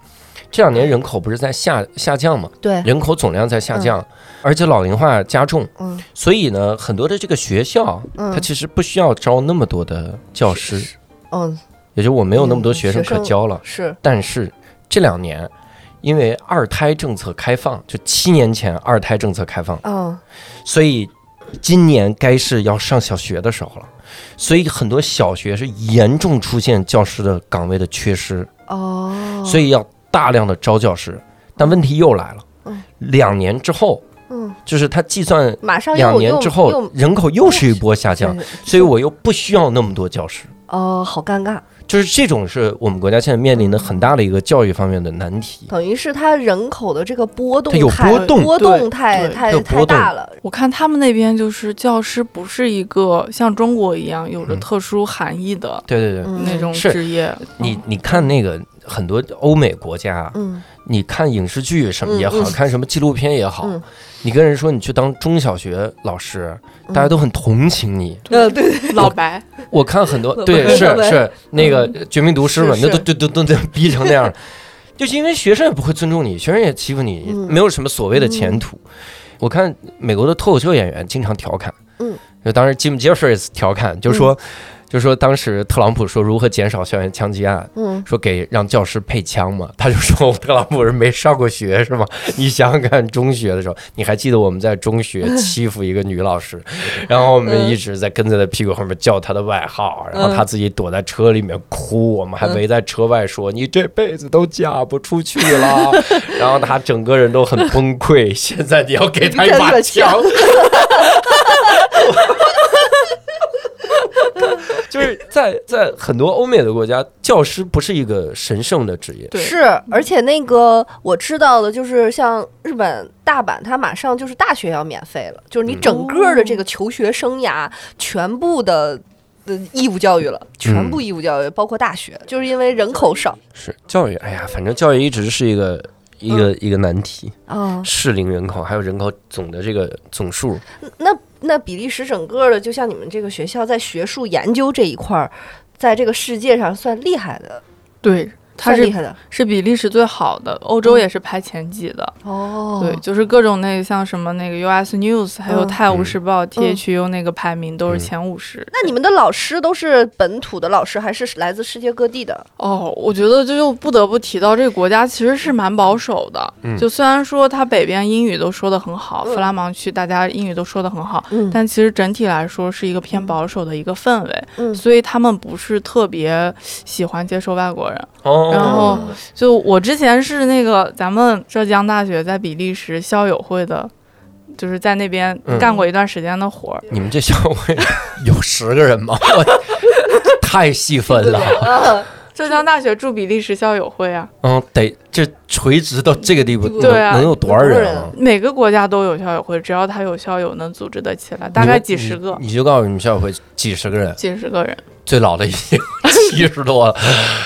S1: 这两年人口不是在下下降嘛，
S2: 对，
S1: 人口总量在下降，而且老龄化加重，
S2: 嗯
S1: 所以呢，很多的这个学校，
S2: 嗯，
S1: 它其实不需要招那么多的教师，
S2: 嗯
S1: 也就我没有那么多学生
S2: 嗯学
S1: 可
S2: 生
S1: 教了。
S2: 是
S1: 但是这两年，因为二胎政策开放，就七年前二胎政策开放，
S2: 嗯
S1: 所以今年该是要上小学的时候了，所以很多小学是严重出现教师的岗位的缺失，
S2: 哦，
S1: 所
S2: 以
S1: 以要大量的招教师。但问题又来了
S2: 嗯，
S1: 两年之后，
S2: 嗯，
S1: 就是他计算
S2: 马上又
S1: 两年之
S2: 又
S1: 后
S2: 又，
S1: 人口又是一波下降，
S2: 是
S1: 所以我又不需要那么多教师。
S2: 哦，好尴尬，
S1: 就是这种是我们国家现在面临的很大的一个教育方面的难题。
S2: 等于是它人口的这个波动
S1: 它有
S2: 太
S1: 波动
S2: 波
S3: 对
S2: 动太
S3: 对
S1: 有
S2: 太
S1: 波
S2: 太
S1: 动
S2: 大了，
S3: 我看他们那边就是教师不是一个像中国一样有着
S1: 嗯
S3: 特殊含义的
S1: 对对对，
S2: 嗯
S3: 那种
S1: 是
S3: 职业。嗯
S1: 你你看那个很多欧美国家啊，
S2: 嗯
S1: 你看影视剧什么也好，
S2: 嗯嗯
S1: 看什么纪录片也好，
S2: 嗯
S1: 你跟人说你去当中小学老师，
S2: 嗯
S1: 大家都很同情你。
S2: 呃对
S3: [laughs]
S2: 对
S3: 老白，
S1: 我看
S2: [laughs]
S1: 很多
S2: 对
S1: 对
S2: 对
S1: 是
S2: 对
S1: 是那个《绝命毒师》嘛，
S2: 嗯是
S1: 那都
S2: 是
S1: 都都都都逼成那样了，就是因为学生也不会尊重你，学生也欺负你，
S2: 嗯
S1: 没有什么所谓的前途。我看美国的脱口秀演员经常调侃，
S2: 嗯，
S1: 就当时 Jim Jeffries 调侃，就说、就说当时特朗普说如何减少校园枪击案，
S2: 嗯
S1: 说给让教师配枪嘛， [laughs] 他就说特朗普是没上过学是吗？ [laughs] 你想想看，中学的时候，你还记得我们在中学欺负一个女老 [laughs] 师，然后我们一直在跟在她屁股后面叫她的外号，然后她自己躲在车里面哭，我们还围在车外说你这辈子都嫁不出去 [laughs] 了，然后她整个人都很崩溃。现在你要给她一把枪， [laughs] 就是在在很多欧美的国家，教师不是一个神圣的职业。
S3: 对，
S2: 是，而且那个我知道的就是像日本大阪，它马上就是大学要免费了，就是你
S1: 嗯
S2: 整个的
S3: 哦
S2: 这个求学生涯全部的。的义务教育了，
S1: 嗯
S2: 全部义务教育，包括大学，就是因为人口少
S1: 是教育，哎呀，反正教育一直是一个一
S3: 嗯
S1: 个、一个难题。
S3: 哦
S2: 啊、
S1: 适龄人口还有人口总的这个总数，
S2: 那那比利时整个的，就像你们这个学校在学术研究这一块儿，在这个世界上算厉害的，
S3: 对，它
S2: 算厉
S3: 是
S2: 害的
S3: 是比利时最好的，欧洲也是排前几的。
S2: 嗯哦
S3: 对，就是各种那个像什么那个 US News，还有《
S2: 嗯
S3: 泰晤士报》
S2: 嗯
S3: THU 那个排名都是
S1: 嗯
S3: 前五十。
S2: 那你们的老师都是本土的老师，还是来自世界各地的？
S3: 哦，我觉得这就不得不提到这个国家其实是蛮保守的。
S1: 嗯
S3: 就虽然说它北边英语都说得很好，
S2: 嗯
S3: 弗拉芒区大家英语都说得很好，
S2: 嗯
S3: 但其实整体来说是一个偏保守的一个氛围，
S2: 嗯
S3: 所以他们不是特别喜欢接受外国人。
S1: 哦
S3: 然后 [laughs] 就我之前是那个咱们浙江大学在比利时校友会的，就是在那边
S1: 嗯
S3: 干过一段时间的活儿。
S1: 你们这校会有十个人吗？我太细分了，
S2: 啊，
S3: 浙江大学驻比利时校友会啊，
S1: 嗯，得这垂直到这个地步，
S3: 对啊
S1: 能能有多少人啊？
S3: 每个国家都有校友会，只要他有校友能组织得起来，大概几十个，
S1: 你就告诉你们校会几十个人，
S3: [laughs] 几十个人。
S1: 最老的已经七十多了，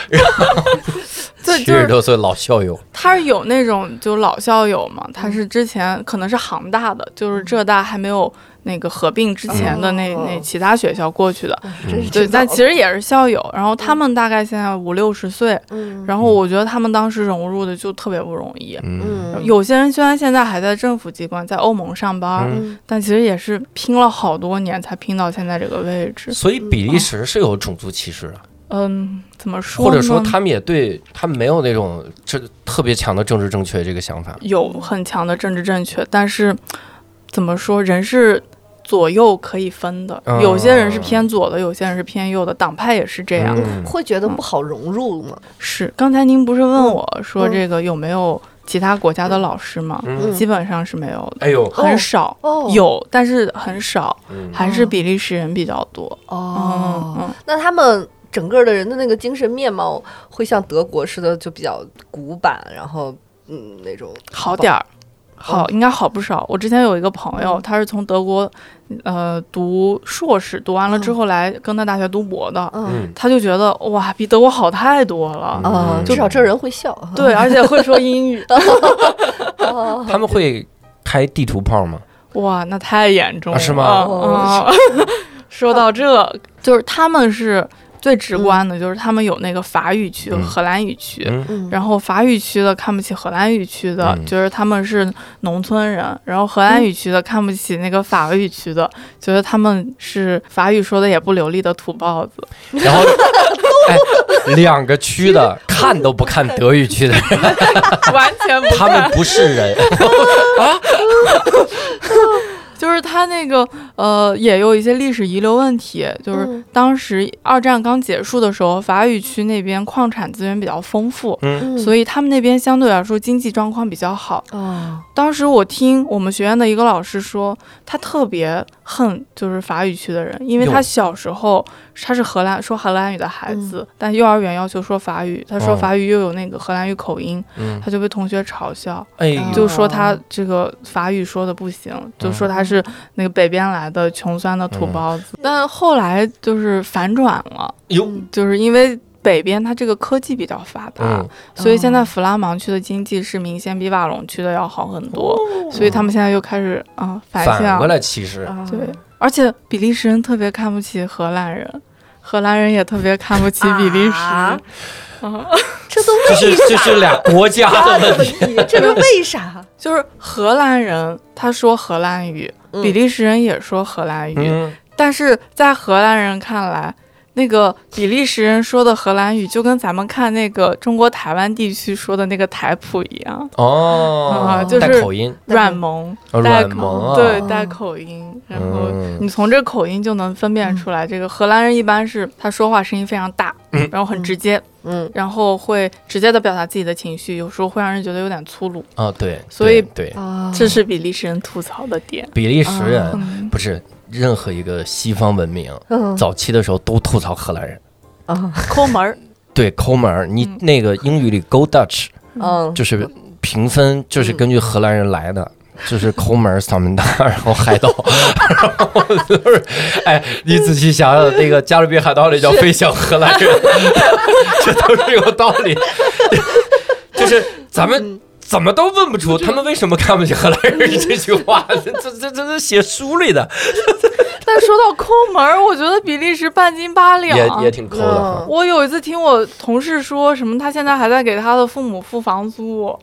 S3: 对，
S1: 七
S3: 就
S1: 十
S3: 是
S1: 多岁老校友，
S3: 他是有那种就老校友嘛，他是之前可能是杭大的，就是浙大还没有那个合并之前的那、
S2: 哦
S3: 那其他学校过去的，
S2: 真是
S3: 嗯对，
S2: 挺早
S3: 但
S2: 的
S3: 其实也是校友。然后他们大概现在五六十岁，
S2: 嗯
S3: 然后我觉得他们当时融入的就特别不容易。
S1: 嗯，
S2: 嗯
S3: 有些人虽然现在还在政府机关，在欧盟上班，
S1: 嗯
S2: 嗯
S3: 但其实也是拼了好多年才拼到现在这个位置。
S1: 所以比利时是有种族歧视啊的，
S3: 嗯，怎么说呢？
S1: 或者说他们也对他们没有那种这特别强的政治正确这个想法。
S3: 有很强的政治正确，但是怎么说，人是左右可以分的，
S1: 嗯
S3: 有些人是偏左的，有些人是偏右的，党派也是这样。
S1: 嗯
S2: 会觉得不好融入吗？
S3: 是，刚才您不是问我说
S2: 嗯
S3: 这个有没有其他国家的老师吗？
S1: 嗯
S3: 基本上是没有的，
S1: 哎呦，
S2: 哦
S3: 很少。
S2: 哦
S3: 有，但是很少，
S1: 嗯
S3: 还是比利时人比较多。
S2: 哦，
S3: 嗯，
S2: 那他们整个的人的那个精神面貌会像德国似的，就比较古板，然后嗯那种
S3: 好点儿，好，应该好不少。我之前有一个朋
S2: 嗯
S3: 友，他是从德国，呃，读硕士，读完了之后来哥特大学读博的，
S2: 嗯
S1: 嗯
S3: 他就觉得哇，比德国好太多了。
S2: 啊，
S1: 嗯
S2: 至少这人会笑。
S3: 对，而且会说英
S2: [laughs]
S3: 语，[laughs]
S2: 哦，
S1: 他们会开地图炮吗？
S3: 哇，那太严重
S1: 啊
S3: 了，
S1: 是吗
S3: 嗯，嗯 [laughs] 说到这， [laughs] 嗯就是他们是最直观的，就是他们有那个法语区、
S1: 嗯
S3: 荷兰语区，
S1: 嗯
S2: 嗯
S3: 然后法语区的看不起荷兰语区的，
S1: 嗯
S3: 觉得他们是农村人；然后荷兰语区的看不起那个法语区的，觉得他们是法语说的也不流利的土包
S1: [laughs]
S3: 子。
S1: 然后，哎，两个区的看都不看德语
S3: [laughs]
S1: 区的，
S3: [laughs] 完全不
S1: 他们不是人。
S3: 就是他那个呃，也有一些历史遗留问题，就是
S2: 嗯
S3: 当时二战刚结束的时候，法语区那边矿产资源比较丰富。
S1: 嗯
S3: 所以他们那边相对来说经济状况比较好。
S2: 以哦，
S3: 当时我听我们学院的一个老师说，他特别恨就是法语区的人，因为
S1: 哟
S3: 他小时候他是荷兰说荷兰语的孩子，但幼儿园要求说法语，他说
S1: 哦
S3: 法语又有那个荷兰语口音，
S1: 嗯，
S3: 他就被同学嘲笑，
S1: 哎呦，
S3: 就说他这个法语说的不行，就
S1: 嗯
S3: 说他是那个北边来的穷酸的土包子。但后来就是反转了，
S1: 哟，
S3: 就是因为北边它这个科技比较发达，
S1: 嗯，
S3: 所以现在弗拉芒区的经济是明显比瓦隆区的要好很多，所以他们现在又开始啊、反
S1: 哦反
S3: 向
S1: 过来歧视。
S2: 啊
S3: 对，而且比利时人特别看不起荷兰人，荷兰人也特别看不起比利时。 [laughs]
S2: 啊
S3: 嗯
S2: 这都
S1: 这
S2: 为
S3: [laughs]
S1: 是这是俩国家
S2: 啥
S1: 的问
S2: 的问
S1: 题。
S2: 题？ [laughs] 这是为啥？
S3: 就是荷兰人，他说荷兰语，
S2: 嗯
S3: [laughs] 比利时人也说荷兰语，
S1: 嗯，
S3: 但是在荷兰人看来，那个比利时人说的荷兰语就跟咱们看那个中国台湾地区说的那个台普一样，
S1: 哦
S3: 啊，就是
S1: 带口音，
S3: 软萌，
S1: 哦
S3: 带
S1: 软萌啊，
S3: 对，带口音，然后
S1: 嗯
S3: 你从这口音就能分辨出来，这个荷兰人一般是他说话声音非常大，
S1: 嗯
S3: 然后很直接，
S2: 嗯
S3: 然后会直接的表达自己的情绪，有时候会让人觉得有点粗鲁，
S1: 啊，对，
S3: 所以
S1: 对对
S2: 啊
S3: 这是比利时人吐槽的点。
S1: 比利时人
S3: 嗯，
S1: 不是任何一个西方文明
S2: 嗯
S1: 早期的时候都吐槽荷兰人，
S2: 啊
S3: 抠门儿，
S1: 对抠门儿。你
S3: 嗯
S1: 那个英语里 “go Dutch”
S2: 嗯，
S1: 就是评分，就是根据荷兰人来的。就是抠门儿、嗓门大，然后海 [laughs] 盗，然后就是，哎，你仔细想想，那个《加勒比海盗》里叫飞翔荷兰 [laughs] 人，这都是有道理。就是咱们
S2: 嗯
S1: 怎么都问不出他们为什么看不起荷兰人这句话，这这这这是写书里的，
S3: 但说到抠门儿，我觉得比利时半斤八两，
S1: 也也挺抠的
S2: 嗯
S1: 哈。
S3: 我有一次听我同事说什么，他现在还在给他的父母付房租，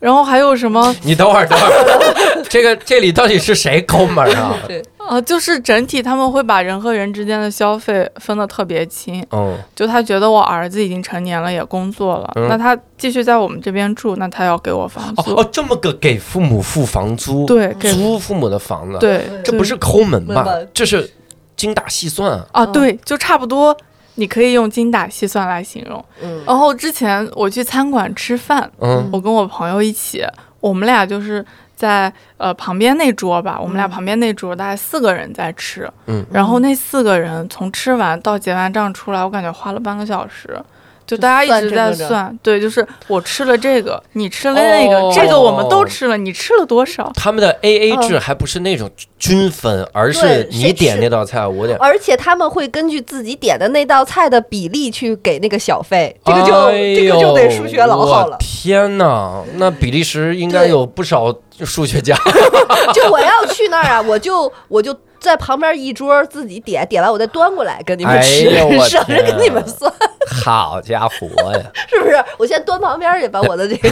S3: 然后还有什
S1: [laughs]
S3: 么
S1: 你等会儿，等会儿， [laughs] 这个这里到底是谁抠门儿啊？
S2: 对，
S3: 啊，就是整体他们会把人和人之间的消费分得特别清。
S1: 哦，
S3: 就他觉得我儿子已经成年了，也工作了，
S1: 嗯
S3: 那他继续在我们这边住，那他要给我房
S1: 哦
S3: 租，
S1: 哦，这么个给父母付房租，
S3: 对，给
S1: 租父母的房子，，
S3: 对，
S2: 这
S1: 这不是抠门吧
S2: 抠门吧？
S1: 这是精打细算啊。
S3: 啊，
S2: 嗯
S3: 对，就差不多，你可以用精打细算来形容。
S2: 嗯
S3: 然后之前我去餐馆吃饭，
S1: 嗯
S3: 我跟我朋友一起，我们俩就是在呃旁边那桌吧，我们俩旁边那桌大概四个人在吃，
S1: 嗯
S3: 然后那四个人从吃完到结完账出来，我感觉花了半个小时。就大家一直在
S2: 就算这个
S3: 算，对，就是我吃了这个，你吃了那个，
S1: 哦
S3: 这个我们都吃了，你吃了多少？
S1: 他们的 A A
S2: 嗯
S1: 制还不是那种均分，而是
S2: 对啊谁
S1: 你点
S2: 吃
S1: 那道菜，我点。
S2: 而且他们会根据自己点的那道菜的比例去给那个小费，这个就、
S1: 哎
S2: 这个就得数学
S1: 呦
S2: 老好了
S1: 我。天哪，那比利时应该
S2: 对
S1: 有不少数学家。
S2: 就我要去那儿啊，我就我就在旁边一桌自己点，点完我再端过来跟你们吃，
S1: 哎呦我
S2: 省着
S1: 天
S2: 跟你们算，
S1: [laughs] 好家伙呀！
S2: 是不是？我先端旁边去，把我的这个，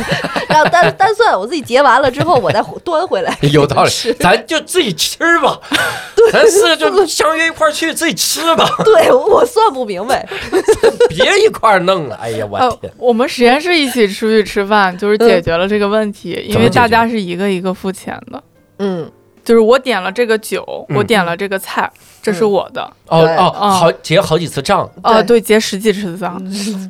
S2: 然后单单算我自己结完了之后，我再端回
S1: [laughs]
S2: 来。
S1: 有道理，咱就自己吃
S2: [laughs]
S1: 吧，咱四个就相约一块儿去自己吃吧，
S2: 对，我我算不明白，
S1: 别一块儿弄了。哎呀，我
S2: 哦
S3: 呃
S1: 天，，嗯
S3: 我们实验室一起出去吃饭，就是解决了这个问题，因
S1: 怎么
S3: 为
S1: 解决
S3: 大家是一个一个付钱的，
S2: 嗯，
S3: 就是我点了这个酒，
S1: 嗯
S3: 我点了这个菜，这是我的，
S1: 哦
S2: 对
S1: 哦，
S3: 嗯
S1: 好结好几次账，
S3: 啊，对，结十几次账，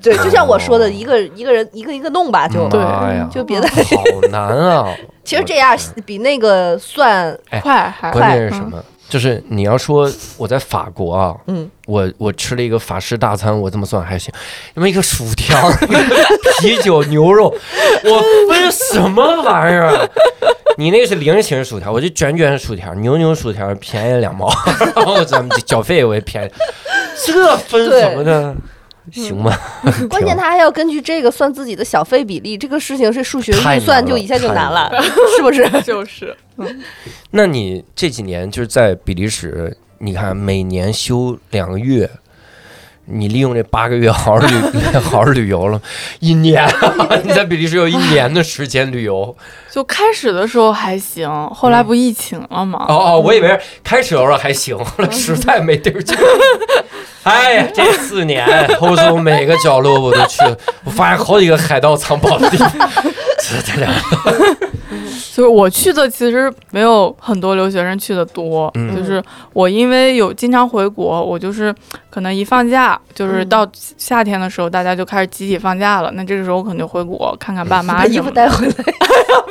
S2: 对，就像我说
S1: 哦
S2: 的，一个一个人一个一个弄吧，就
S3: 对
S1: 妈呀，
S2: 就别再。
S1: 好难啊！
S2: [laughs] 其实这样比那个算，
S1: 哎
S3: 快嗯还
S1: 关键是什么？就是你要说我在法国啊，
S2: 嗯，
S1: 我我吃了一个法式大餐，我这么算还行，因为一个薯条、一个 [laughs] 啤酒、牛肉，我分什么玩意儿啊？你那是菱形薯条，我就卷卷薯条，牛牛薯条便宜两毛， [laughs] 然后咱们缴费我也便宜，这分什么呢？
S3: 嗯
S1: 行吧，
S2: 关键他还要根据这个算自己的小费比例，这个事情是数学
S1: 太
S2: 预
S1: 难
S2: 算就
S1: 了
S2: 一下就
S1: 太
S2: 难
S1: 难
S2: 了，是不是？
S3: [laughs] 就是
S1: 那你这几年就是在比利时，你看每年休两个月，你利用这八个月好好旅 [laughs] 好好旅游了，一年啊 [laughs] 你在比利时有一年的时间旅游。
S3: 就开始的时候还行，后来不疫情了吗？
S1: 哦哦，我以为开始的时候还行，后来实在没地儿去。哎呀，这四年欧洲每个角落我都去了，我发现好几个海盗藏宝的地方，这这俩
S3: 就是我去的其实没有很多留学生去的多，
S1: 嗯
S3: 就是我因为有经常回国，我就是可能一放假，
S1: 嗯
S3: 就是到夏天的时候，大家就开始集体放假了，那这个时候我可能就回国看看爸妈
S1: 哎
S2: 把衣
S3: 什
S2: 服
S3: 么的。
S2: 带回来，
S1: 妈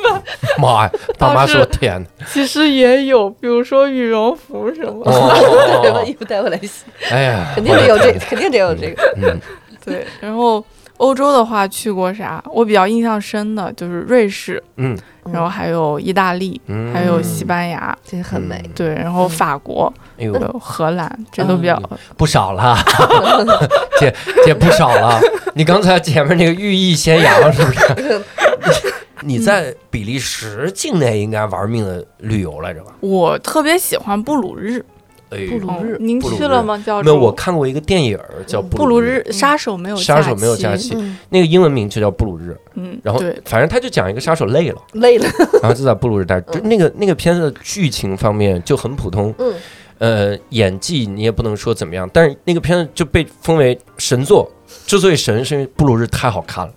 S1: 呀！爸妈说
S3: 倒是
S1: 天哪，
S3: 其实也有，比如说羽绒服什么的，
S1: 哦
S2: [laughs] 对，把衣服带回来洗，
S1: 哎呀，
S2: 肯定得有这，肯定得有这个。
S1: 嗯。
S3: 对。然后欧洲的话去过啥？我比较印象深的就是瑞士，
S1: 嗯
S3: 然后还有意大利，
S1: 嗯，
S3: 还有西班牙，
S2: 这很美，
S1: 嗯
S3: 对，然后法国，
S1: 哎呦
S3: 还，有荷兰，这都比较。
S1: 不少了，
S3: [laughs]
S1: [laughs] 姐姐不少了。你刚才前面那个寓意先扬是不是？ [laughs] 你在比利时境内应该玩命的旅游来着吧？
S3: 我特别喜欢布鲁日。
S1: 哎
S2: 布
S1: 呦，
S2: 鲁
S3: 哦
S2: 日
S3: 您
S1: 布鲁
S3: 去
S1: 日
S3: 了吗？教
S1: 没有，
S3: 主，
S1: 我看过一个电影儿叫《
S3: 嗯布鲁日杀手没有
S1: 嗯杀手没有假期》，
S2: 嗯，
S1: 那个英文名就叫《布鲁日》，
S3: 嗯，
S1: 然后
S3: 对，嗯
S1: 反正他就讲一个杀手累了，
S2: 累了，
S1: 然后就在布鲁日待着。就
S2: 嗯
S1: 那个那个片子的剧情方面就很普通，
S2: 嗯，
S1: 呃，演技你也不能说怎么样，但是那个片子就被封为神作。之所以神，是因为布鲁日太好看了。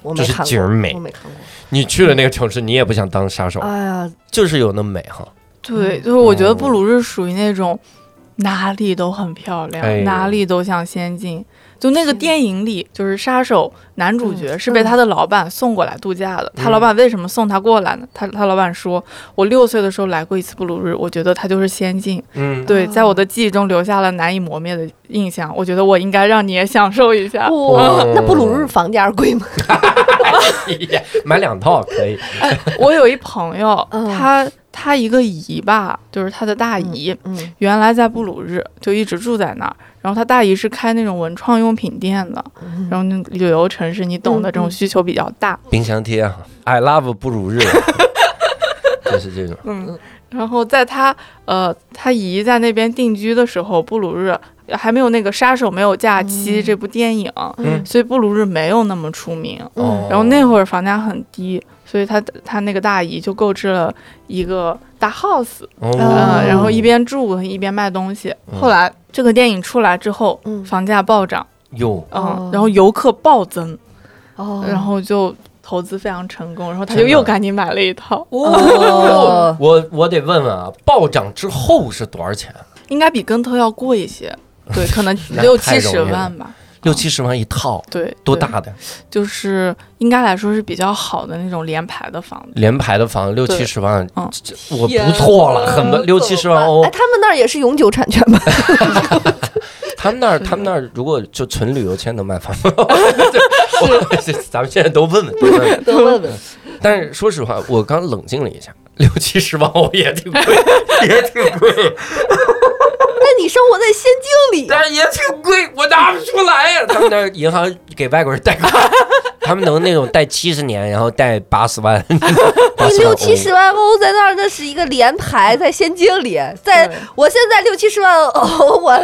S2: 我
S1: 就
S2: 没
S1: 是
S2: 看
S1: 景
S2: 过，
S1: 儿美
S2: 我，没看过。
S1: 你去了那个城市，你也不想当杀手，
S3: 啊
S2: 哎呀，
S1: 就是有那美哈。
S3: 对，就是我觉得
S1: 哦
S3: 布鲁日属于那种哪里都很漂亮，
S1: 哎
S3: 哪里都像仙境。就那个电影里，就是杀手男主角是被
S2: 嗯
S3: 他的老板送过来度假的。他
S1: 嗯
S3: 老板为什么送他过来呢？他他老板说，我六岁的时候来过一次布鲁日，我觉得它就是仙境。
S1: 嗯，
S3: 对，在
S2: 哦
S3: 我的记忆中留下了难以磨灭的印象。我觉得我应该让你也享受一下。 [laughs]
S2: 哇
S1: 哦，
S2: 那布鲁日房价贵吗？
S1: [laughs] 买两套可以。
S3: 我有一朋友，
S2: 嗯
S3: 他他一个姨吧，就是他的大姨，
S2: 嗯，
S3: 原来在布鲁日，就一直住在那儿。然后他大姨是开那种文创用品店的，然后那旅游城市你懂的，
S2: 嗯
S3: 这种需求比较大。
S1: 冰箱贴啊，I love 布鲁 [laughs] 日，就是这种。
S3: 嗯，然后在他呃他姨在那边定居的时候，布鲁日还没有那个《杀手没有假期》这部电影，
S1: 嗯
S3: 所以布鲁日没有那么出名。
S1: 哦
S3: 然后那会儿房价很低，所以他他那个大姨就购置了一个大 house，
S1: 哦嗯
S3: 嗯，然后一边住一边卖东西。后来这个电影出来之后，
S2: 嗯
S3: 房价暴涨，
S1: 哟，
S2: 哦
S3: 嗯，然后游客暴增，
S2: 哦，
S3: 然后就投资非常成功，然后他
S1: 真
S3: 就
S1: 的
S3: 又赶紧买了一套，
S2: 哦，
S1: 我我得问问啊，暴涨之后是多少钱？
S3: 应该比根特要贵
S1: [laughs]
S3: 一些，对，可能
S1: 那
S3: 六
S1: 太
S3: 七
S1: 容易
S3: 十
S1: 了
S3: 万吧，
S1: 六七十万一套，
S3: 对，
S1: 多
S3: 对？
S1: 大的
S3: 就是应该来说是比较好的那种联排的房子，
S1: 联排的房？六
S3: 对
S1: 七十万，
S3: 嗯
S1: 这这我不错了，很多六七十万欧哦
S2: 哎，，他们那儿也是永久产权吧？
S1: 他们那儿，他们那儿如果就纯旅游签能买房
S3: [laughs]
S1: 吗？我 [laughs] 咱们现在都问问，都问问。
S2: 多问问，
S1: 但是说实话，我刚冷静了一下，六七十万欧也挺贵，也挺贵，
S2: 但你生活在仙境里，
S1: 但是也挺贵，我拿不出来呀、他们那儿银行给外国人贷款，他们能那种贷七十年，然后贷八十万，
S2: 你
S1: 你
S2: 六七十万欧在那儿，那是一个连排在仙境里，在
S3: 对
S2: 我现在六七十万欧，我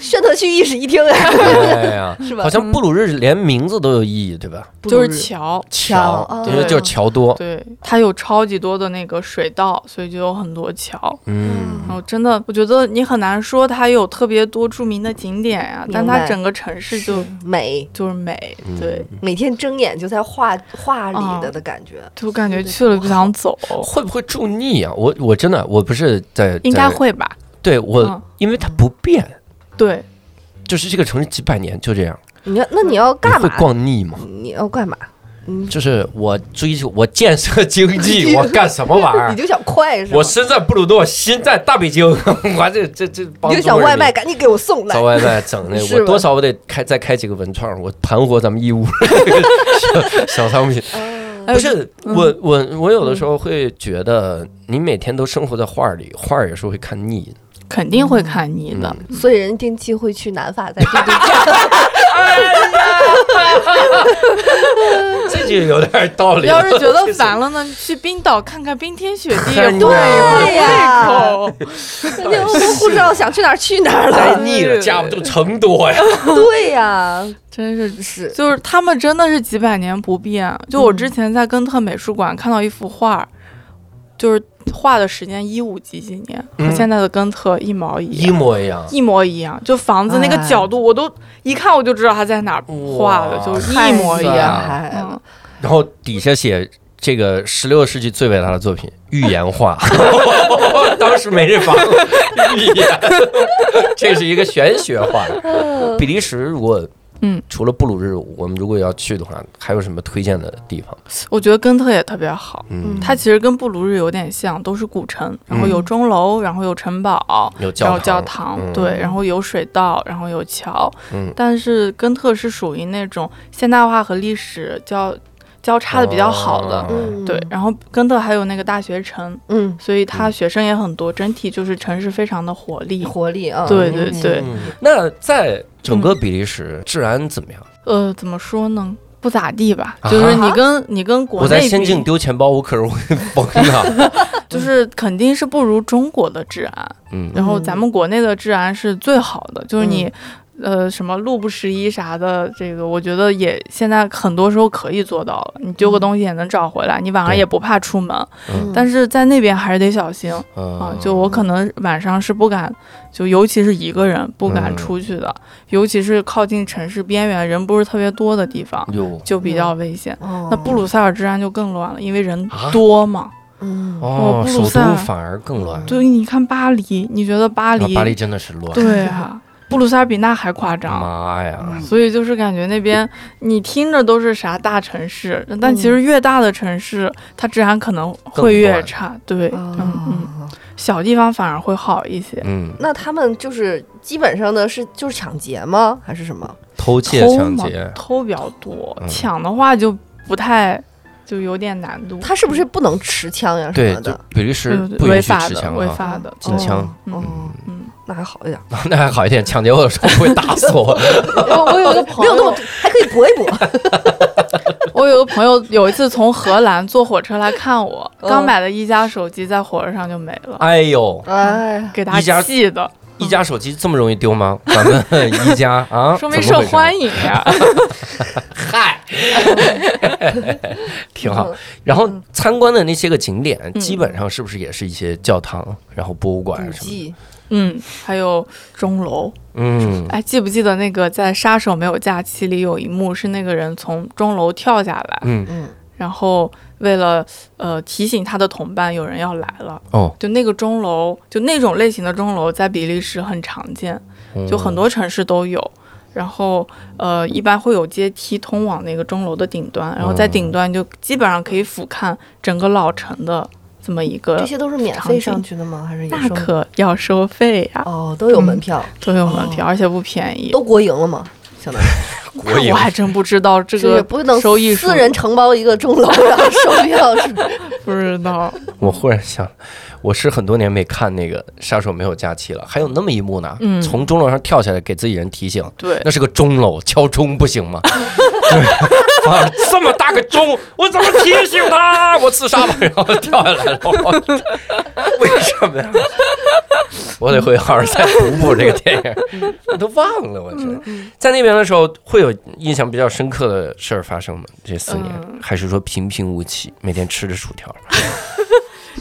S2: 炫特区一室一厅哎，
S1: 哎
S2: [laughs]
S1: 呀，
S2: 是吧
S1: 好像布鲁日连名字都有意义，对吧？
S3: 就是桥，
S2: 桥
S1: 桥，
S2: 哦
S1: 因为就是桥多，
S3: 对，它有超级多的那个水道，所以就有很多桥。
S1: 嗯，
S3: 然后真的，我觉得你很难说它有特别多著名的景点呀、
S2: 明白
S3: 但它整个城市就
S2: 美，
S3: 就是美，
S1: 嗯
S3: 对，
S2: 每天睁眼就在画画里的
S3: 嗯
S2: 的感觉。
S3: 就感觉去了就想走，
S1: 会不会住腻啊？我我真的我不是在
S3: 应
S1: 在
S3: 该，会吧？
S1: 对我、
S3: 嗯
S1: 因为它不变，
S3: 对，
S1: 就是这个城市几百年就这样，
S2: 你要那你要
S1: 你
S2: 干
S1: 会
S2: 嘛？
S1: 逛腻吗？
S2: 你要干嘛？
S1: 就是我追求我建设经
S2: [laughs]
S1: 济，我干什么玩意儿？
S2: 你就想快是吗
S1: 啊我？身在布鲁诺，心在大北京， [laughs] 我这这这帮
S2: 你就
S1: 助
S2: 想
S1: 人
S2: 外
S1: 民
S2: 卖赶紧给我送来
S1: 找，外卖整那，
S2: [laughs] 是
S1: 我
S2: 吧
S1: 多少我得开再开几个文创，我盘活咱们义乌
S2: [laughs]
S1: [laughs] 小小商品。
S3: 哎
S2: 啊
S1: 不是
S2: 嗯
S1: 我我我有的时候会觉得，你每天都生活在画儿
S2: 嗯
S1: 里，画儿有时候会看腻的。
S3: 肯定会看腻的。
S1: 嗯
S2: 所以人定期会去南法再对对战。
S1: 这就有点道理了。
S3: 要是
S1: [laughs]
S3: 觉得烦了呢，去冰岛看看冰天雪地，
S1: 太
S3: 也
S1: 腻
S3: 会
S1: 了
S2: 对呀
S3: 有胃口。
S2: 人家欧盟护照想去哪儿去哪
S1: [laughs]
S2: 儿
S1: 太
S2: 了。
S1: 腻了，架不住成多
S2: [laughs]
S1: 呀。
S2: 对呀，
S3: [laughs] 真是
S2: 是
S3: 就是他们真的是几百年不变。就我
S1: 嗯
S3: 之前在根特美术馆看到一幅画儿，就是画的时间一五几几年，和
S1: 嗯
S3: 现在的根特一毛一
S1: 一
S3: 样，
S1: 模一样。啊
S3: 一模一样。就房子那个
S2: 哎
S3: 角度，我都一看我就知道他在哪儿画的，
S1: 哇
S3: 就是一模一
S1: 太厉害
S3: 样。
S1: 了
S2: 害
S3: 嗯，
S1: 然后底下写这个十六世纪最伟大的作品《预言画》， [laughs] 当时没这房子，预言， [laughs] 这是一个玄学画。比利时如果
S3: 嗯，
S1: 除了布鲁日，我们如果要去的话，还有什么推荐的地方？
S3: 我觉得根特也特别好。
S1: 嗯，
S3: 它其实跟布鲁日有点像，都是古城，然后
S1: 嗯
S3: 有钟楼，然后有城堡，
S1: 有
S3: 然
S1: 教
S3: 后教
S1: 堂，
S3: 堂，
S1: 嗯
S3: 对，然后有水道，然后有桥，
S1: 嗯
S3: 但是根特是属于那种现代化和历史交交叉的比较好的，
S1: 哦
S2: 嗯，
S3: 对。然后根特还有那个大学城，
S2: 嗯，
S3: 所以它学生也很多，整体就是城市非常的活力。
S2: 活力啊，
S3: 对对对，
S1: 嗯那在整个比利时治安怎么样？
S3: 呃，怎么说呢？不咋地吧，
S1: 啊
S3: 就是你跟、你跟国
S1: 我在
S3: 内
S1: 仙境
S3: 比，
S1: 丢钱包，我可是会疯啊的。
S3: 就是肯定是不如中国的治安。
S1: [laughs] 嗯
S3: 然后咱们国内的治安是最好的，就是你。呃，什么路不拾遗啥的，这个我觉得也现在很多时候可以做到了。你丢个东西也能找回来，你晚上
S1: 嗯对
S3: 也不怕出门。
S2: 嗯，
S3: 但是在那边还是得小心啊
S1: 嗯！
S3: 就我可能晚上是不敢，就尤其是一个人不
S1: 嗯
S3: 敢出去的，尤其是靠近城市边缘人不是特别多的地方，
S1: 有
S3: 就比较危险。
S2: 那
S3: 那布，鲁塞尔治安就更乱了，因为人
S1: 啊
S3: 多嘛。
S2: 嗯，
S1: 哦，
S3: 布
S1: 首
S3: 鲁塞
S1: 都
S3: 尔
S1: 反而更乱。
S3: 对，你看巴黎，你觉得巴
S1: 啊
S3: 黎？
S1: 巴黎嗯真的是乱。
S3: 对啊，布鲁塞尔比那还夸张。
S1: 妈
S4: 哎
S1: 呀！
S3: 所以就是感觉那边你听着都是啥大城市，但其实越大的城市，它治安可能会越
S1: 乱
S3: 差。对，嗯嗯，
S2: 嗯，
S3: 小地方反而会好一些。
S1: 嗯，
S2: 那他们就是基本上呢是就是抢劫吗？还是什么？
S1: 偷窃、
S3: 偷
S1: 抢
S3: 嘛
S1: 劫，
S3: 偷比较多，
S1: 嗯
S3: 抢的话就不太，就有点难度。
S2: 他是不是不能持枪呀什
S1: 对就
S2: 么，的？
S1: 比利时
S3: 对对
S1: 不
S3: 违
S1: 允许
S3: 法
S1: 持
S3: 的，
S1: 枪
S3: 违
S1: 啊，
S3: 法的，
S1: 禁枪。
S2: 哦，
S3: 嗯，
S2: 那还好一点，
S1: [laughs] 那还好一点，抢劫我有时候会打死
S3: [laughs]
S1: 我。
S3: 我我有个
S2: 哦没
S3: 朋
S2: 有那
S3: 友
S2: 么，还可以搏一搏。
S3: [laughs] 我有个朋友有一次从荷兰坐火车来看我，
S2: 嗯
S3: 刚买的一加手机在火车上就没了，
S1: 哎呦，
S2: 哎，
S3: 给
S1: 一
S3: 他
S1: 加
S3: 气的，
S1: 一家手机这么容易丢吗？咱们一家啊，
S3: [laughs] 说明
S1: 怎么
S3: 受
S1: 回事
S3: 欢迎呀。
S1: 嗨，挺好。然后参观的那些个景
S3: 嗯
S1: 点，基本上是不是也是一些教堂，然后博物馆啊
S2: 古
S1: 什么的？
S2: 迹，
S3: 嗯，还有钟楼，
S1: 嗯，
S3: 哎，记不记得那个在《杀手没有假期》里有一幕是那个人从钟楼跳下来，
S1: 嗯，
S2: 嗯，
S3: 然后为了呃提醒他的同伴有人要来了。
S1: 哦，
S3: 就那个钟楼，就那种类型的钟楼，在比利时很常见，
S1: 嗯
S3: 就很多城市都有。然后，呃，一般会有阶梯通往那个钟楼的顶端，然后在顶端就基本上可以俯瞰整个老城的这么一个
S2: 这些都是免
S3: 场
S2: 费
S3: 景
S2: 上去的吗？还是也
S3: 呃那
S2: 收
S3: 可嗯要收费啊呀、
S2: 哦，都有门票，
S3: 都有门票，而且不便宜。
S2: 都国营了吗？相当于
S1: 国
S3: 那
S1: 营
S3: 我还真不知道 [laughs] 这
S2: 是
S3: 个
S2: 不能
S3: 收益
S2: 私人承包一个钟楼，然后收票是
S3: [laughs] 不知
S2: [laughs]
S3: 道，
S1: 我忽然想，我是很多年没看那个《杀手没有假期》了，还有那么一幕呢，
S3: 嗯
S1: 从钟楼上跳下来给自己人提醒，
S3: 对
S1: 那，是个钟楼，敲钟不行吗？ [laughs] 对啊，这么大个钟，我怎么提醒 [laughs] 他？我自杀吧，然后跳下来了。我 [laughs] 为什么呀？ [laughs] 我得回好好再补补这个电影， [laughs] 我都忘了。我真在那边的时候，会有印象比较深刻的事儿发生吗？这四年，
S3: 嗯
S1: 还是说平平无奇，每天吃着薯条？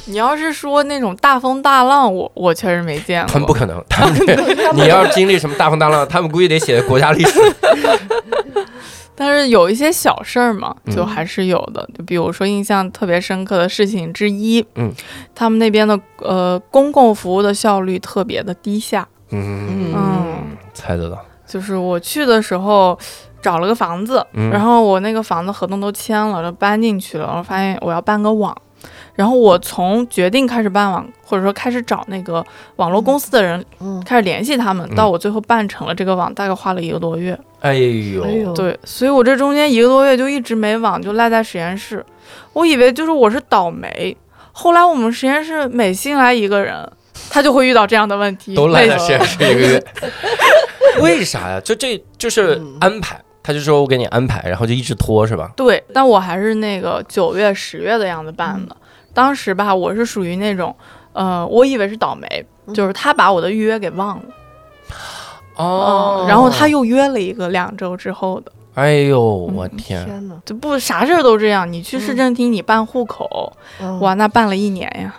S3: 你要是说那种大风大浪，我我确实没见
S1: 他们不
S3: 过。
S1: 可能，他们这你要是经历什么大风大浪，他们估计得写国家历史。
S3: 但是有一些小事儿嘛，
S1: 嗯
S3: 就还是有的。就比如说印象特别深刻的事情之一，
S1: 嗯，
S3: 他们那边的呃公共服务的效率特别的低下，
S1: 嗯，
S3: 嗯，
S1: 猜得到。
S3: 就是我去的时候。找了个房子，
S1: 嗯
S3: 然后我那个房子合同都签了，就搬进去了。然后发现我要办个网，然后我从决定开始办网，或者说开始找那个网络公司的人
S2: 嗯，
S3: 开始联系他们，
S1: 嗯
S3: 到我最后办成了这个网，大概花了一个多月。
S1: 哎呦，
S2: 哎呦，
S3: 对，所以我这中间一个多月就一直没网，就赖在实验室。我以为就是我是倒霉，后来我们实验室每新来一个人，他就会遇到这样的问
S1: [laughs]
S3: 题。
S1: 都赖
S3: 每
S1: 在实验室一个
S3: [laughs]
S1: 月，为啥呀？就这就是
S2: 嗯
S1: 安排，他就说我给你安排，然后就一直拖是吧？
S3: 对，但我还是那个九月、十月的样子办的。当时吧，我是属于那种，呃，我以为是倒霉，就是他把我的预约给忘了，
S1: 哦
S3: 嗯然后他，又约了一个两周之后的。
S1: 哎呦，
S3: 嗯
S1: 我天，
S2: 天哪，
S3: 就不啥事儿都这样，你去市政厅你办户口，
S2: 嗯
S3: 哇，那办了一年呀，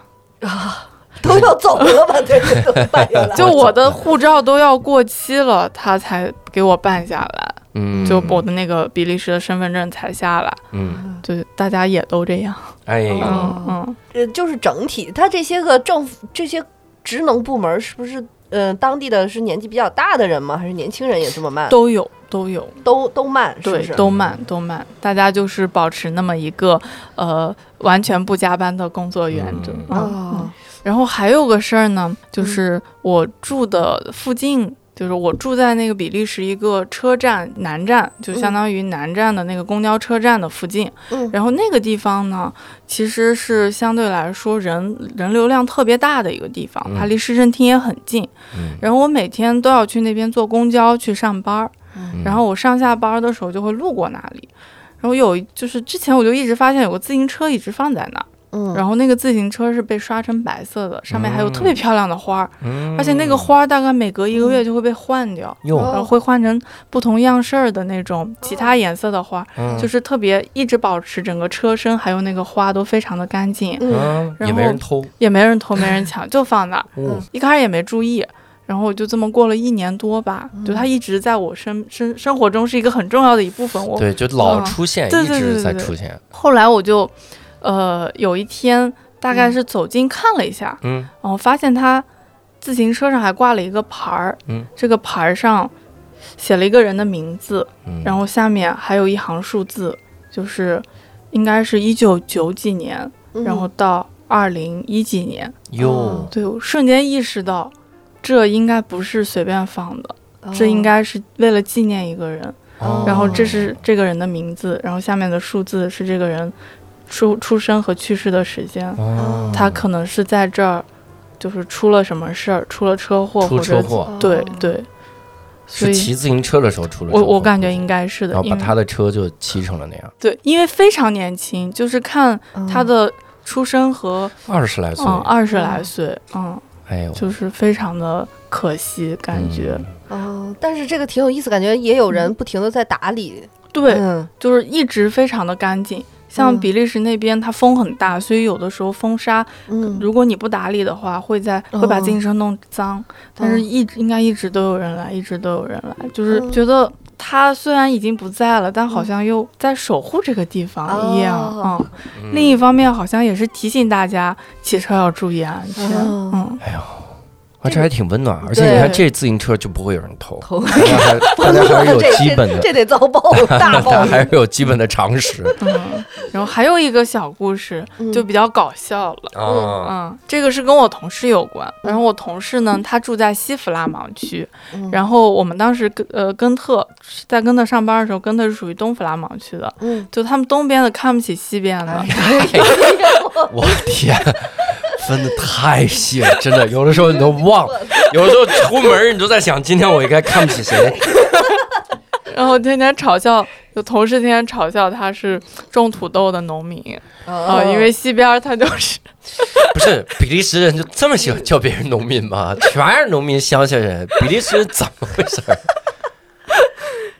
S2: 都要走了吧？对，都
S3: [laughs]
S2: 办下来
S3: 就我的护照都要过期了，他才给我办下来，
S1: 嗯，
S3: 就我的那个比利时的身份证才下来，
S1: 嗯，
S3: 就是大家也都这样，
S1: 哎呦，
S2: 哦
S3: 嗯嗯，
S2: 呃，就是整体，它这些个政府这些职能部门是不是？呃，当地的是年纪比较大的人吗？还是年轻人也这么慢？
S3: 都有都有，
S2: 都都慢，是不
S3: 对
S2: 是？，
S3: 都慢都慢，大家就是保持那么一个呃完全不加班的工作原则
S1: 嗯，
S3: 嗯
S2: 哦，
S3: 然后还有个事儿呢，就是
S2: 嗯
S3: 我住的附近，就是我住在那个比利时一个车站南站，就相当于南站的那个公交车站的附近。
S2: 嗯
S3: 然后那个地方呢，其实是相对来说人人流量特别大的一个地方，
S1: 嗯
S3: 它离市政厅也很近。
S1: 嗯
S3: 然后我每天都要去那边坐公交去上班儿，
S1: 嗯
S3: 然后我上下班的时候就会路过那里。然后有一就是之前我就一直发现有个自行车一直放在那儿。
S2: 嗯，
S3: 然后那个自行车是被刷成白色的，上面还有特别漂亮的花儿，
S1: 嗯
S3: 而且那个花儿大概每隔一个月就会被换掉，
S1: 哟，
S3: 然后会换成不同样式儿的那种其他颜色的花儿，
S1: 嗯
S3: 就是特别一直保持整个车身还有那个花都非常的干净，
S2: 嗯，
S1: 嗯，
S3: 然
S1: 也没
S3: 后嗯
S1: 人偷，
S3: 也没人偷没
S1: [laughs]
S3: 人抢，就放那儿，
S1: 哦
S3: 一开始也没注意。然后我就这么过了一年多吧，
S1: 嗯
S3: 就它一直在我生生生活中是一个很重要的一部分。我
S1: 对，就老
S3: 嗯
S1: 出现，
S3: 对
S1: 一
S3: 对
S1: 直
S3: 对
S1: 在
S3: 对
S1: 出现，
S3: 后来我就，呃，有一天大概是走近看了一下，
S1: 嗯
S3: 然后发现他自行车上还挂了一个牌儿，
S1: 嗯
S3: 这个牌儿上写了一个人的名字，
S1: 嗯，
S3: 然后下面还有一行数字，就是应该是一九九几年，
S2: 嗯
S3: 然后到二零一几年，
S1: 哟，
S3: 对我瞬间意识到，这应该不是随便放的，
S2: 哦
S3: 这应该是为了纪念一个人，
S1: 哦
S3: 嗯然后这是这个人的名字，然后下面的数字是这个人出出生和去世的时间，
S1: 哦
S3: 他可能是在这儿，就是出了什么事儿，出了车祸
S1: 出
S3: 或
S1: 车
S2: 哦
S3: 者
S1: 祸，
S3: 对，对，所
S1: 是
S3: 以
S1: 骑自行车的时候出了车
S3: 我
S1: 祸，
S3: 我感觉应该是的
S1: 然，后
S3: 因
S1: 把
S3: 为
S1: 他的车就骑成了那样，
S3: 对，因为非常年轻，就是看
S2: 哦
S3: 他的出生和
S1: 二十嗯来岁，
S3: 嗯二十
S2: 嗯
S3: 来岁，嗯，
S1: 哎呦，
S3: 就是非常的可惜，感觉
S1: 嗯
S2: 哦，但是这个挺有意思，感觉也有人不停的在打理，
S3: 嗯对，
S2: 嗯
S3: 就是一直非常的干净。像
S2: 嗯
S3: 比利时那边，它风很大，所以有的时候风沙，
S2: 嗯，
S3: 如果你不打理的话，会在会把
S2: 哦
S3: 自行车弄脏。但是一直应该一直都有人来，一直都有人来，就是
S2: 嗯
S3: 觉得他虽然已经不在了，但好像又在守护这个地方一样。
S2: 哦
S3: 嗯，另一方面好像也是提醒大家骑车要注意安全。
S2: 哦
S3: 嗯，
S1: 啊，这还挺温暖，而且
S2: 对
S1: 你看这自行车就不会有人偷，
S2: 偷
S1: 大家还大家还是有基本的，
S2: 这得遭报应，大
S1: 大
S3: [laughs]
S2: 报
S1: 家
S2: 应。
S1: 还是有基本的常识
S3: 嗯，然后还有一个小故事
S2: 嗯
S3: 就比较搞笑了。
S1: 啊。
S3: 嗯，这个是跟我同事有关。然后我同事呢，他住在西弗拉芒区，
S2: 嗯
S3: 然后我们当时跟呃跟特在跟特上班的时候，跟特是属于东弗拉芒区的，
S2: 嗯，
S3: 就他们东边的看不起西边
S2: 哎
S3: 的，
S1: 我天，分的太细了，真的，有的时候你都忘了，有的时候出门你都在想，今天我应该看不起谁？
S3: [laughs] 然后天天嘲笑，有同事天天嘲笑他是种土豆的农民啊、
S2: 哦
S3: 因为西边他就是 [laughs]
S1: 不是比利时人就这么喜欢叫别人农民吗？全是农民乡下人，比利时人怎么回事儿？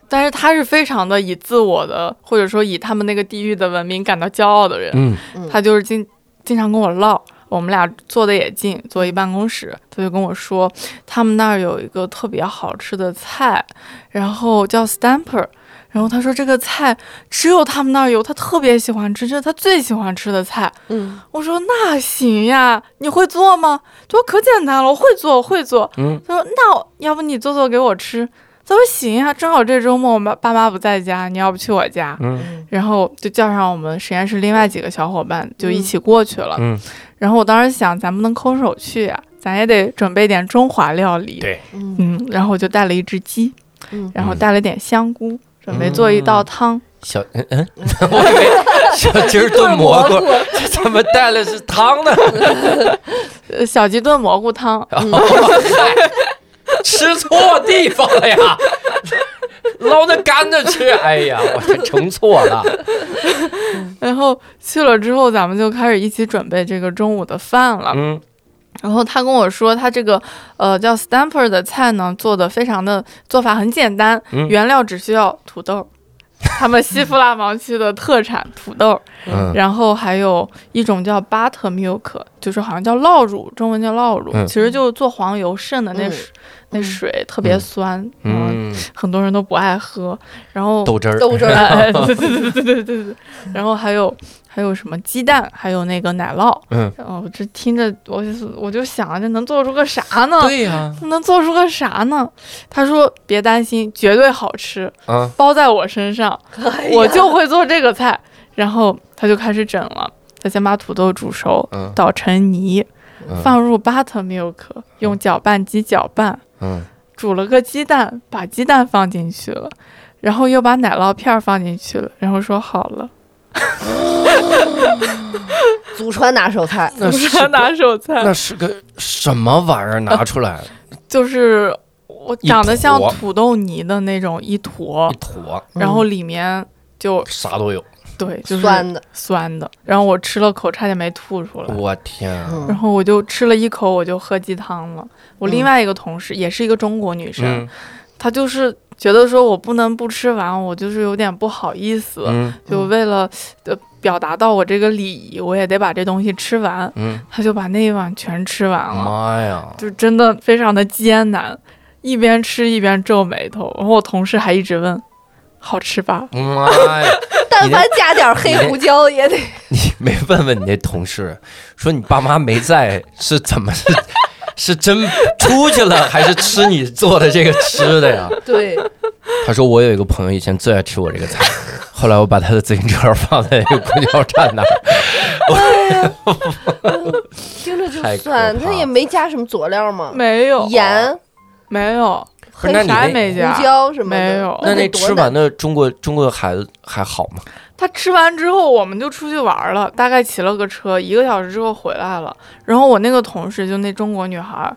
S3: 但是他是非常的以自我的，或者说以他们那个地域的文明感到骄傲的人。
S1: 嗯，
S3: 他就是经经常跟我唠，我们俩坐的也近，坐一办公室，他就跟我说，他们那儿有一个特别好吃的菜，然后叫 stamper。然后他说这个菜只有他们那儿有，他特别喜欢吃，这是他最喜欢吃的菜。
S2: 嗯，
S3: 我说那行呀，你会做吗？他说可简单了，我会做，我会做。
S1: 嗯，
S3: 他说那我要不你做做给我吃？他说行呀，正好这周末我们爸妈不在家，你要不去我家？
S1: 嗯，
S3: 然后就叫上我们实验室另外几个小伙伴，就一起过去了。
S1: 嗯，
S3: 然后我当时想，咱不能空手去呀、咱也得准备点中华料理。
S1: 对，
S2: 嗯
S3: 嗯，然后我就带了一只鸡，
S2: 嗯
S3: 然后带了点香菇，准
S1: 嗯
S3: 备做一道汤。
S1: 小嗯嗯，我以为小鸡儿炖蘑菇，这怎么带了是汤呢？
S3: 呃，小鸡炖蘑菇汤，
S1: 吃错地方了呀， [laughs] 捞着干着吃。哎呀，我这成错了。
S3: 然后去了之后，咱们就开始一起准备这个中午的饭了。
S1: 嗯
S3: 然后他跟我说，他这个呃叫 Stamper 的菜呢，做的非常的做法很简单，
S1: 嗯
S3: 原料只需要土豆，他们西夫拉芒区的特产土豆，
S1: 嗯
S3: 然后还有一种叫 buttermilk，就是好像叫酪乳，中文叫酪乳，
S1: 嗯
S3: 其实就是做黄油剩的那水、那水特别酸，嗯，
S1: 嗯，
S3: 很多人都不爱喝。然后
S1: 豆汁
S2: [laughs]
S1: 儿，
S2: 豆汁嗯儿，
S3: 哎对对对对对对对，然后还有还有什么鸡蛋，还有那个奶酪，
S1: 嗯，
S3: 哦，我这听着我就我就想这能做出个啥呢？
S1: 对呀，
S3: 能做出个啥呢？他说别担心，绝对好吃，
S1: 啊，
S3: 包在我身上，
S2: 哎
S3: 我就会做这个菜。然后他就开始整了，他先把土豆煮熟，
S1: 嗯
S3: 捣成泥，
S1: 嗯
S3: 放入 buttermilk，用搅拌机搅拌，
S1: 嗯
S3: 煮了个鸡蛋，把鸡蛋放进去了，然后又把奶酪片儿放进去了，然后说好了，
S2: 祖传拿手菜，
S3: [laughs]
S1: 那是
S3: 他拿手菜
S1: [laughs] 那是个什么玩意儿拿出 [laughs] 来
S3: 就是我
S1: 一
S3: 长得像
S1: 坨
S3: 土豆泥的那种一坨
S1: 一，坨，
S3: 然后里面就
S1: 啥都有。
S3: 对就是
S2: 酸的，
S3: 酸的，然后我吃了口差点没吐出来。
S1: 我天啊，
S3: 然
S2: 嗯
S3: 后我就吃了一口，我就喝鸡汤了。我
S2: 嗯
S3: 另外一个同事、也是一个中国女生，
S1: 嗯
S3: 她就是觉得说我不能不吃完，我就是有点不好意思，
S1: 嗯
S3: 就为了呃表达到我这个礼仪，我也得把这东西吃完。
S1: 嗯，
S3: 她就把那一碗全吃完了，
S1: 妈呀，
S3: 就真的非常的艰难，一边吃一边皱眉头。然后我同事还一直问：“好吃吧
S1: 嗯妈 [laughs] 呀！
S3: [laughs]
S2: 但凡加点黑胡椒也得
S1: 你没问问你那同事，说你爸妈没在是怎么是 [laughs] 是真出去了，还是吃你做的这个吃的呀？
S2: [laughs] 对，
S1: 他说我有一个朋友以前最爱吃我这个菜，后来我把他的自行车放在那个公交站那儿，
S2: 听着就
S1: 太可
S2: 酸，
S1: 怕
S2: 它也没加什么佐料嘛？”
S3: 没有
S2: 盐、
S3: 没有，
S1: 不是那你
S3: 啥也
S1: 那
S3: 没加
S2: 胡。椒什么的，
S3: 没有
S1: 那那
S2: 得哦多
S1: 吃完
S2: 难
S1: 的中国中国孩子还好吗？
S3: 他吃完之后，我们就出去玩了，大概骑了个车，一个小时之后回来了。然后我那个同事，就那中国女孩，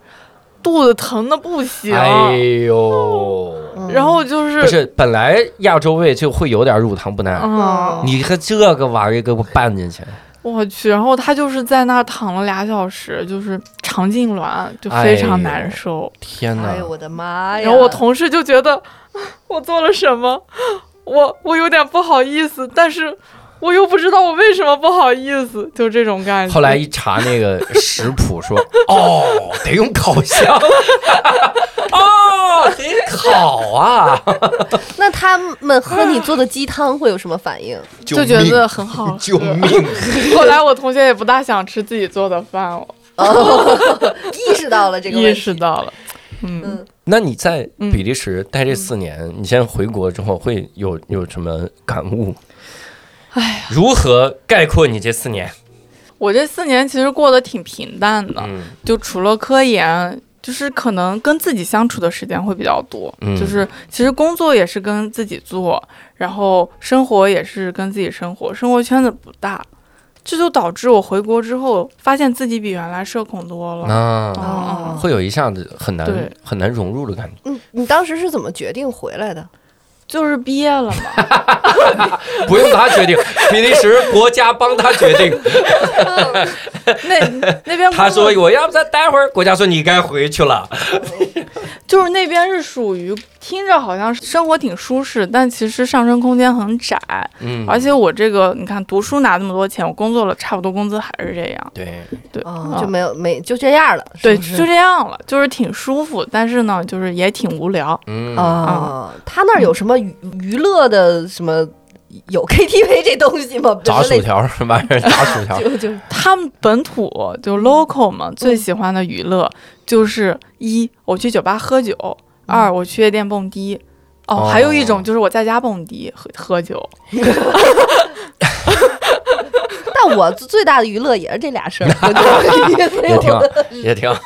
S3: 肚子疼的不行。
S1: 哎呦，
S2: 嗯
S3: 然后就是，
S1: 不是，本来亚洲胃就会有点乳糖不
S2: 哦
S1: 耐，
S3: 嗯，
S1: 你看这个玩意儿给我拌进去，
S3: 我去。然后他就是在那儿躺了俩小时，就是肠痉挛，就非常
S1: 哎
S3: 难受。
S1: 天哪
S2: 哎！呦我的妈呀！
S3: 然后我同事就觉得，啊我做了什么？我我有点不好意思，但是我又不知道我为什么不好意思，就这种感觉。
S1: 后来一查那个食谱 [laughs] 说，哦，得用烤箱，哦，得烤啊，
S2: 那他们喝你做的鸡汤会有什么反应？
S3: 就觉得很好喝。
S1: [laughs] 救命！
S3: 后来我同学也不大想吃自己做的饭，
S2: 哦，意识到了这个问
S3: 意
S2: 题，
S3: 识到了，
S2: 嗯
S3: 嗯，
S1: 那你在比利时待这四年，你现在回国之后会有有什么感悟？哎，如何概括你这四年？
S3: 我这四年其实过得挺平淡的，
S1: 嗯
S3: 就除了科研，就是可能跟自己相处的时间会比较多。
S1: 嗯
S3: 就是其实工作也是跟自己做，然后生活也是跟自己生活，生活圈子不大，这就导致我回国之后发现自己比原来社恐多了。
S1: 啊，
S3: 哦
S1: 会有一下子很难
S3: 对
S1: 很难融入的感觉。
S2: 嗯，你当时是怎么决定回来的？
S3: 就是毕业了嘛，
S1: 不用他
S3: [laughs]
S1: 决定，比利时国家帮他决定。 [laughs]
S3: 那那边工
S1: 他说
S3: 作
S1: 我要不再待会儿，国家说你该回去了。
S3: 就是那边是属于听着好像生活挺舒适，但其实上升空间很窄，
S1: 嗯
S3: 而且我这个你看读书拿那么多钱，我工作了差不多工资还是这样，
S1: 对，
S3: 对，
S2: 哦
S3: 啊，
S2: 就没有没就这样了，
S3: 对，
S2: 是不
S3: 就是这样了，就是挺舒服，但是呢，就是也挺无聊。
S1: 嗯
S2: 啊，他那儿有什么娱娱乐的什么有 KTV 这东西吗？
S1: 炸
S2: 就是类
S1: 薯条，晚上炸薯条。
S2: 就就是
S3: 他们本土就 local 嘛，最喜欢的娱乐就是一我去酒吧喝酒，二我去夜店蹦迪。
S1: 哦
S3: 哦，还有一种就是我在家蹦迪喝喝酒， [laughs]
S2: 但我最大的娱乐也是这俩事儿，我觉 [laughs] 得没
S1: 也
S2: 有
S1: 挺好，也挺
S3: [laughs]
S1: 好。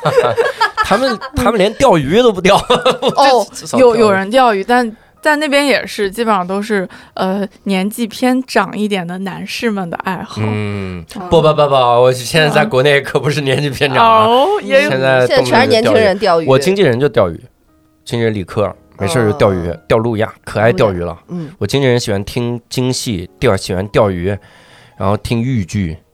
S1: 他们他们连钓鱼都不钓。
S3: 哦
S1: 至少
S3: 有
S1: 钓
S3: 有
S1: 鱼
S3: 人钓鱼，但在那边也是基本上都是呃年纪偏长一点的男士们的爱好。
S1: 嗯，
S3: 哦
S1: 不不不不，我现在在国内可不是年纪偏长啊，
S3: 哦，也有
S1: 现在
S2: 现在
S1: 动不
S2: 全
S1: 动就
S2: 是年轻
S1: 钓鱼。
S2: 人钓鱼。
S1: 我经纪人就钓鱼，经纪人理科，没事儿就钓鱼
S2: 哦，
S1: 钓路亚，可爱钓鱼了。
S2: 嗯
S1: 我经纪人喜欢听京戏，钓喜欢钓鱼，然后听豫剧。
S2: 嗯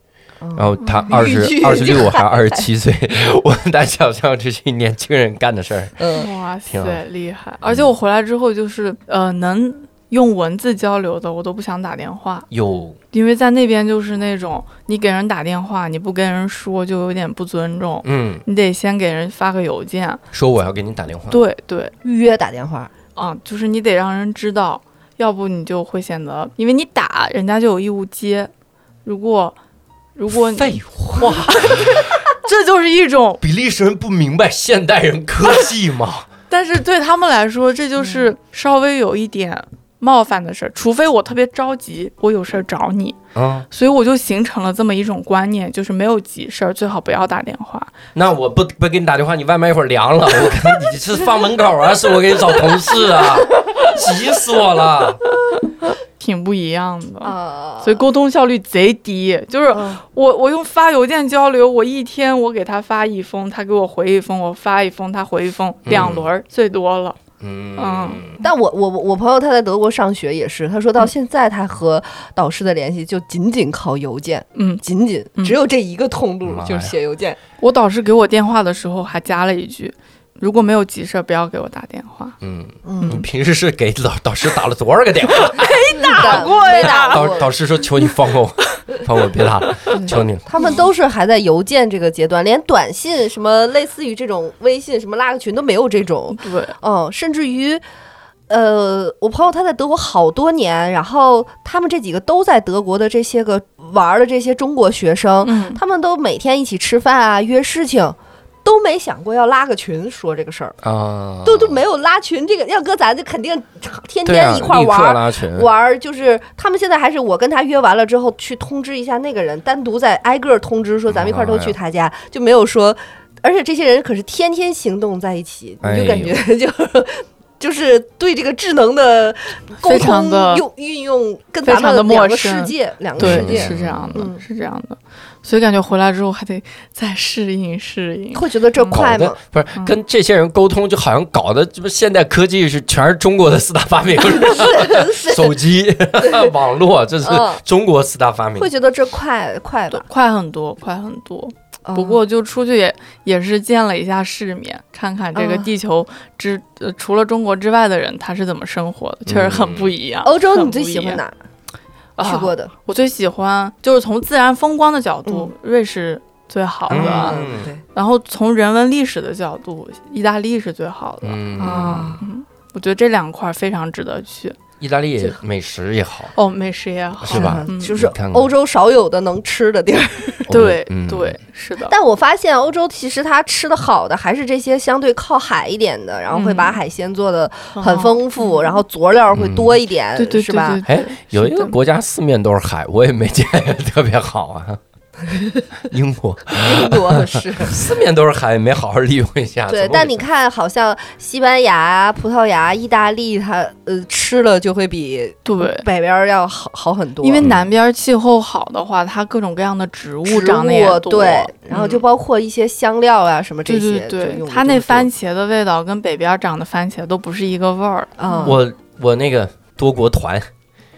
S1: 然后他二十
S2: 豫剧
S1: 二十六还二十七岁， [laughs] 我很难想象这些年轻人干的事儿。
S2: 嗯，
S3: 哇
S1: 挺好
S3: 塞，厉害！而且我回来之后就是呃，能用文字交流的，我都不想打电话，
S1: 有
S3: 因为在那边就是那种你给人打电话，你不跟人说就有点不尊重，
S1: 嗯，啊
S3: 你得先给人发个邮件。
S1: 说我要给你打电话，
S3: 对对，
S2: 预约打电话，
S3: 啊，就是你得让人知道，要不你就会显得，因为你打人家就有义务接。如果如果你
S1: 废话，
S3: 这就是一种，
S1: 比利时人不明白现代人科技吗？
S3: 但是对他们来说，这就是稍微有一点冒犯的事儿。除非我特别着急，我有事儿找你，
S1: 啊，
S3: 所以我就形成了这么一种观念，就是没有急事儿最好不要打电话。
S1: 那我不不给你打电话，你外卖一会儿凉了，我看你是放门口啊，是我给你找同事啊， [laughs] 急死我了。
S3: 挺不一样的。
S2: 啊
S3: 哦所以沟通效率贼低，就是
S2: 嗯
S3: 我我用发邮件交流，我一天我给他发一封，他给我回一封，我发一封，他回一封，两轮儿最多了。
S1: 嗯
S3: 嗯，
S2: 但我我我朋友他在德国上学也是，他说到现在他和导师的联系就仅仅靠邮件，
S3: 嗯，
S2: 仅仅
S3: 嗯
S2: 只有这一个通路
S1: 妈呀
S2: 就是写邮件。
S3: 我导师给我电话的时候还加了一句：“如果没有急事儿，不要给我打电话。
S1: 嗯，你
S2: 嗯，
S1: 平时是给导导师打了多少个电话？
S2: [laughs] 没打
S3: 过呀
S2: 没打
S1: 导
S2: 过
S1: 导。师说求你放过
S2: [laughs]
S1: 我，放我别打了，
S2: 嗯
S1: 求你了。
S2: 他们都是还在邮件这个阶段，连短信什么类似于这种微信什么拉个群都没有这种。”
S3: 对，
S2: 哦，甚至于，呃，我朋友他在德国好多年，然后他们这几个都在德国的这些个玩儿的这些中国学生，
S3: 嗯，
S2: 他们都每天一起吃饭啊，约事情。都没想过要拉个群说这个事儿，
S1: 啊，
S2: 都都没有拉群这个，要搁咱就肯定天
S1: 对啊
S2: 天一块儿
S1: 立刻
S2: 玩儿、
S1: 拉群，
S2: 玩儿，就是他们现在还是我跟他约完了之后去通知一下那个人，单独再挨个儿通知说咱们一块儿都
S1: 哦
S2: 去他家，就没有说，而且这些人可是天天行动在一起，你就感觉就。
S1: 哎
S2: 就是对这个智能的沟
S3: 非常
S2: 通
S3: 的
S2: 用运用，跟
S3: 非
S2: 咱
S3: 常地
S2: 们两
S3: 陌
S2: 个
S3: 生
S2: 世界，两个世
S3: 对，
S2: 界，
S3: 是这样的，
S2: 嗯
S3: 是这样的。所以感觉回来之后还得再适应适应。
S2: 会觉得这
S3: 嗯
S1: 搞
S2: 快吗
S1: 的？不是跟这些人沟通，就好像搞的这不现代科技是全是中国的四大发
S2: [laughs]
S1: 明，手机、网络，这是
S2: 嗯
S1: 中国四大发明
S2: 会。觉得这快快
S3: 对
S2: 吧？，
S3: 快很多，快很多。
S2: 啊
S3: 不过就出去也也是见了一下世面，看看这个
S2: 嗯
S3: 地球之、呃、除了中国之外的人他是怎么生活的，确实很
S1: 嗯
S3: 不一样。
S2: 欧洲
S3: 很
S2: 你最
S3: 不一
S2: 喜欢
S3: 样
S2: 哪儿？
S3: 啊
S2: 去过的
S3: 我最喜欢就是从自然风光的角度，瑞士最好的、
S1: 嗯
S2: 对，
S3: 然后从人文历史的角度，意大利是最好的。
S1: 嗯
S2: 啊
S3: 我觉得这两块非常值得去。
S1: 意大利美食也好，
S3: 哦，美食也好，
S1: 是吧？
S3: 嗯
S2: 就是
S1: 你看看
S2: 欧洲少有的能吃的地儿。
S3: 对
S1: 嗯
S3: 对，是的，
S2: 但我发现欧洲其实它吃的好的还是这些相对靠海一点的，然后会把
S3: 嗯
S2: 海鲜做的很
S3: 很好嗯
S2: 丰富，然后佐料会
S1: 嗯
S2: 多一点，
S3: 对对
S2: 是吧？？
S1: 哎，有一
S3: 是
S1: 个
S3: 的
S1: 国家四面都是海，我也没见 [laughs] 特别好
S2: [laughs]
S1: 啊。英国
S2: 英
S1: [laughs]
S2: 国是
S1: 四面都是海，也没好好利用一下。
S2: 对
S1: 怎，么
S2: 但
S1: 回
S2: 你
S1: 事
S2: 看，好像西班牙、啊葡萄牙、意大利，它呃吃了就会比
S3: 对。嗯
S2: 北边儿要好好很多，
S3: 因为南边气候好的话，它各种各样的植物
S2: 植物
S3: 长得也多，
S2: 对，然后就
S3: 嗯
S2: 包括一些香料啊什么这
S3: 对
S2: 些，
S3: 对
S2: 就
S3: 对，
S2: 用
S3: 它那番
S2: 茄
S3: 茄的味道跟北边长的番茄都不是一个味儿。
S2: 啊，
S1: 我我那个多国团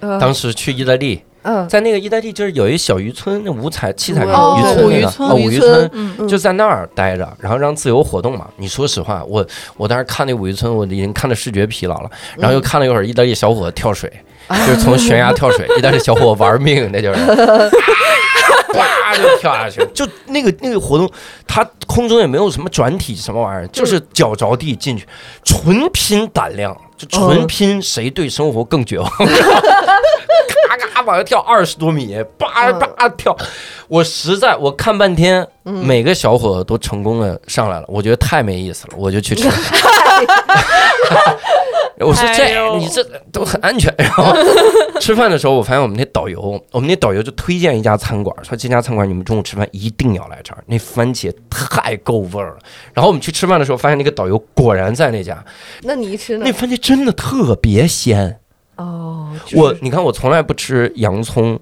S2: 嗯
S1: 当时去意大利，
S2: 嗯
S1: 在那个意大利就是有一小渔村，那五彩七彩渔
S2: 哦
S1: 村
S3: 五
S1: 那
S3: 渔
S1: 个
S3: 村
S1: 哦
S2: 五
S1: 五
S2: 渔
S1: 渔
S2: 村
S1: 村。
S3: 嗯，
S1: 就在那儿待着，然后让自由活动嘛。你说实话，我我当时看那五渔村，我已经看的视觉疲劳了，然后又看了一会儿意大利小伙子跳水，就是从悬崖跳水，意大利小伙子玩命，那 [laughs] 就是，啪就跳下去，就那个那个活动，它空中也没有什么转体什么玩意儿，就是脚着地进去，纯拼胆量，就纯拼谁对生活更绝望。咔咔往下跳二十多米，叭
S2: 嗯
S1: 叭跳，我实在我看半天，
S2: 嗯
S1: 每个小伙子都成功的上来了，我觉得太没意思了，我就去
S2: [laughs]
S1: 吃。我说
S3: 哎
S1: 这
S3: 呦
S1: 你这都很安全。然后吃饭的时候，我发现我们那导游，我们那导游就推荐一家餐馆，说这家餐馆你们中午吃饭一定要来这儿，那番茄太够味儿了。然后我们去吃饭的时候，发现那个导游果然在那家，
S2: 那你一吃呢
S1: 那？番茄真的特别鲜。
S2: 哦，就是
S1: 我你看，我从来不吃洋葱，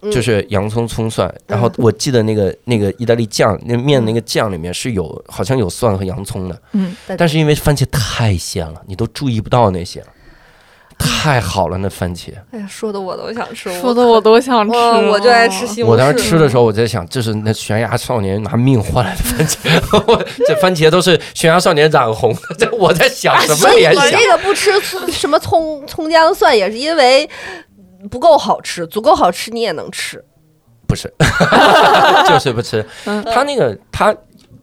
S2: 嗯
S1: 就是洋葱、葱蒜。然后
S2: 嗯
S1: 我记得那个那个意大利酱，那面那个酱里面是有好像有蒜和洋葱的，
S2: 呃
S3: 嗯，
S2: 但
S1: 但是因为番茄太鲜了，你都注意不到那些了。太好了，那番茄！
S2: 哎呀，说的我都想吃，
S3: 说的我都想吃
S2: 我
S3: 了，
S2: 哦我就爱嗯吃啊西红柿。
S1: 我当时吃的时候，我在想，这是那悬崖少年拿命换来的番茄， [laughs] 我这番茄都是悬崖少年染红的，这我在想什么
S2: 所以
S1: 联
S2: 你
S1: 想？
S2: 这个不吃葱什么葱葱姜蒜，也是因为不够好吃，足够好吃你也能吃。
S1: 不是， [laughs] 就是不吃。
S3: 嗯
S1: 它那个它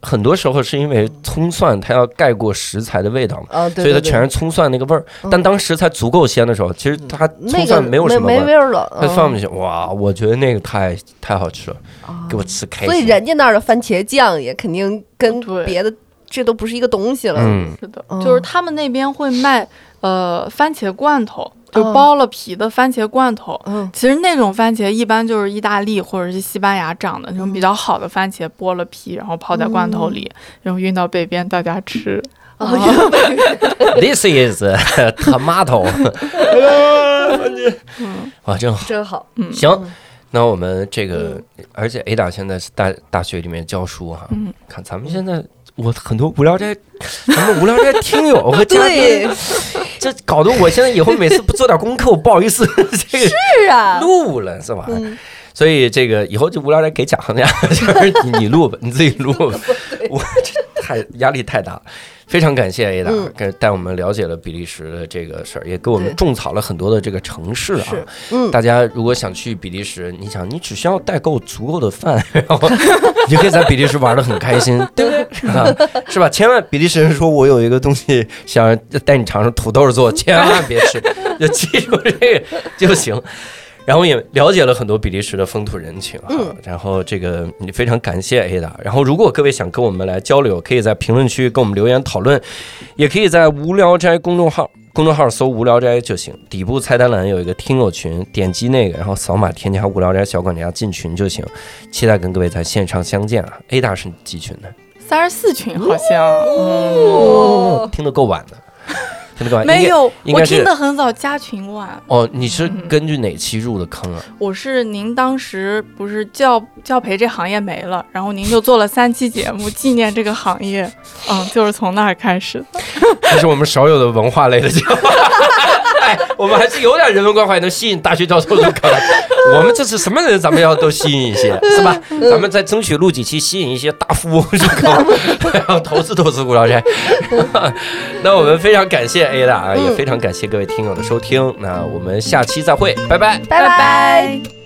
S1: 很多时候是因为葱蒜它要盖过食材的味道嘛，
S2: 啊，对嗯
S1: 所以它全是葱蒜那个味儿。但当食材足够鲜的时候，其实它葱
S2: 那
S1: 蒜
S2: 个
S1: 有什么味
S2: 没
S1: 儿，
S2: 味儿哦了，
S1: 它放进去，哇，我觉得那个太太好吃了，
S2: 啊
S1: 给我吃开
S2: 所以
S1: 心。
S2: 人家那儿的番茄酱也肯定跟
S3: 对
S2: 别的这都不是一个东西了。
S1: 嗯，
S3: 是的，
S2: 嗯
S3: 就是他们那边会卖呃番茄罐头，就
S2: 嗯
S3: 包了皮的番茄罐头。
S2: 嗯
S3: 其实那种番茄一般就是意大利或者是西班牙长的那种比较好的番茄，剥了皮，然后泡在罐头里，然后运到北边大家吃。
S2: 啊，
S1: This is [laughs] tomato。哇，
S2: 嗯
S1: 真好，
S2: [laughs] 真 [laughs] 好。
S3: 嗯，
S1: 行。那我们这个，而且 Ada 现在是大大学里面教书哈，
S3: 嗯
S1: 看咱们现在，我很多无聊斋， [laughs] 咱们无聊斋听友和
S3: [laughs]
S1: 嘉
S2: 对
S1: 宾，，这搞得我现在以后每次不做点功课，我不好意思， [laughs] 这个
S2: 是啊，
S1: 录了是吧？
S2: 嗯
S1: 所以这个以后就无聊斋给讲讲， [laughs] 就是你你录吧，你自己
S2: [laughs]
S1: 录吧，我这太压力太大了。非常感谢 A 达
S2: 嗯
S1: 跟带我们了解了比利时的这个事儿，也给我们
S2: 对
S1: 种草了很多的这个城市啊。
S2: 是嗯，
S1: 大家如果想去比利时，你想你只需要带够足够的饭， [laughs] 然后你就可以在比利时玩的很开
S2: [laughs]
S1: 心，对不对？啊，是吧？千万比利时人说我有一个东西想带你尝尝土豆做，千万别吃，就记住这个就行。然后也了解了很多比利时的风土人情啊，
S2: 嗯
S1: 然后这个你非常感谢 A 达。然后如果各位想跟我们来交流，可以在评论区跟我们留言讨论，也可以在无聊斋公众号公众号搜“无聊斋”就行，底部菜单栏有一个听友群，点击那个，然后扫码添加“无聊斋小管家”进群就行。期待跟各位在线上相见啊！A 大是几群的？
S3: 三十四群好像，
S1: 哦，听得够晚的，听得够晚。
S3: 嗯，没
S1: 嗯应该
S3: 有，
S1: 应
S3: 我
S1: 该是
S3: 听的很早，加群晚。
S1: 哦，你是根据哪期入的坑啊？
S3: 我是您当时不是教教培这行业没了，然后您就做了三期节目纪念这个行业，嗯，就是从那儿开始的。
S1: 这是我们少有的文化类的节目。哎，我们还是有点人文关怀，能吸引大学教授入坑。我们这是什么人，咱们要都吸引一些，是吧？咱们再争取录几期，吸引一些大富翁入坑， [laughs] 然后投资投资古聊斋。 [laughs] 那我们非常感谢 A 大啊，也非常感谢各位听友的收听。那我们下期再会，拜拜。
S2: 拜拜。
S3: 拜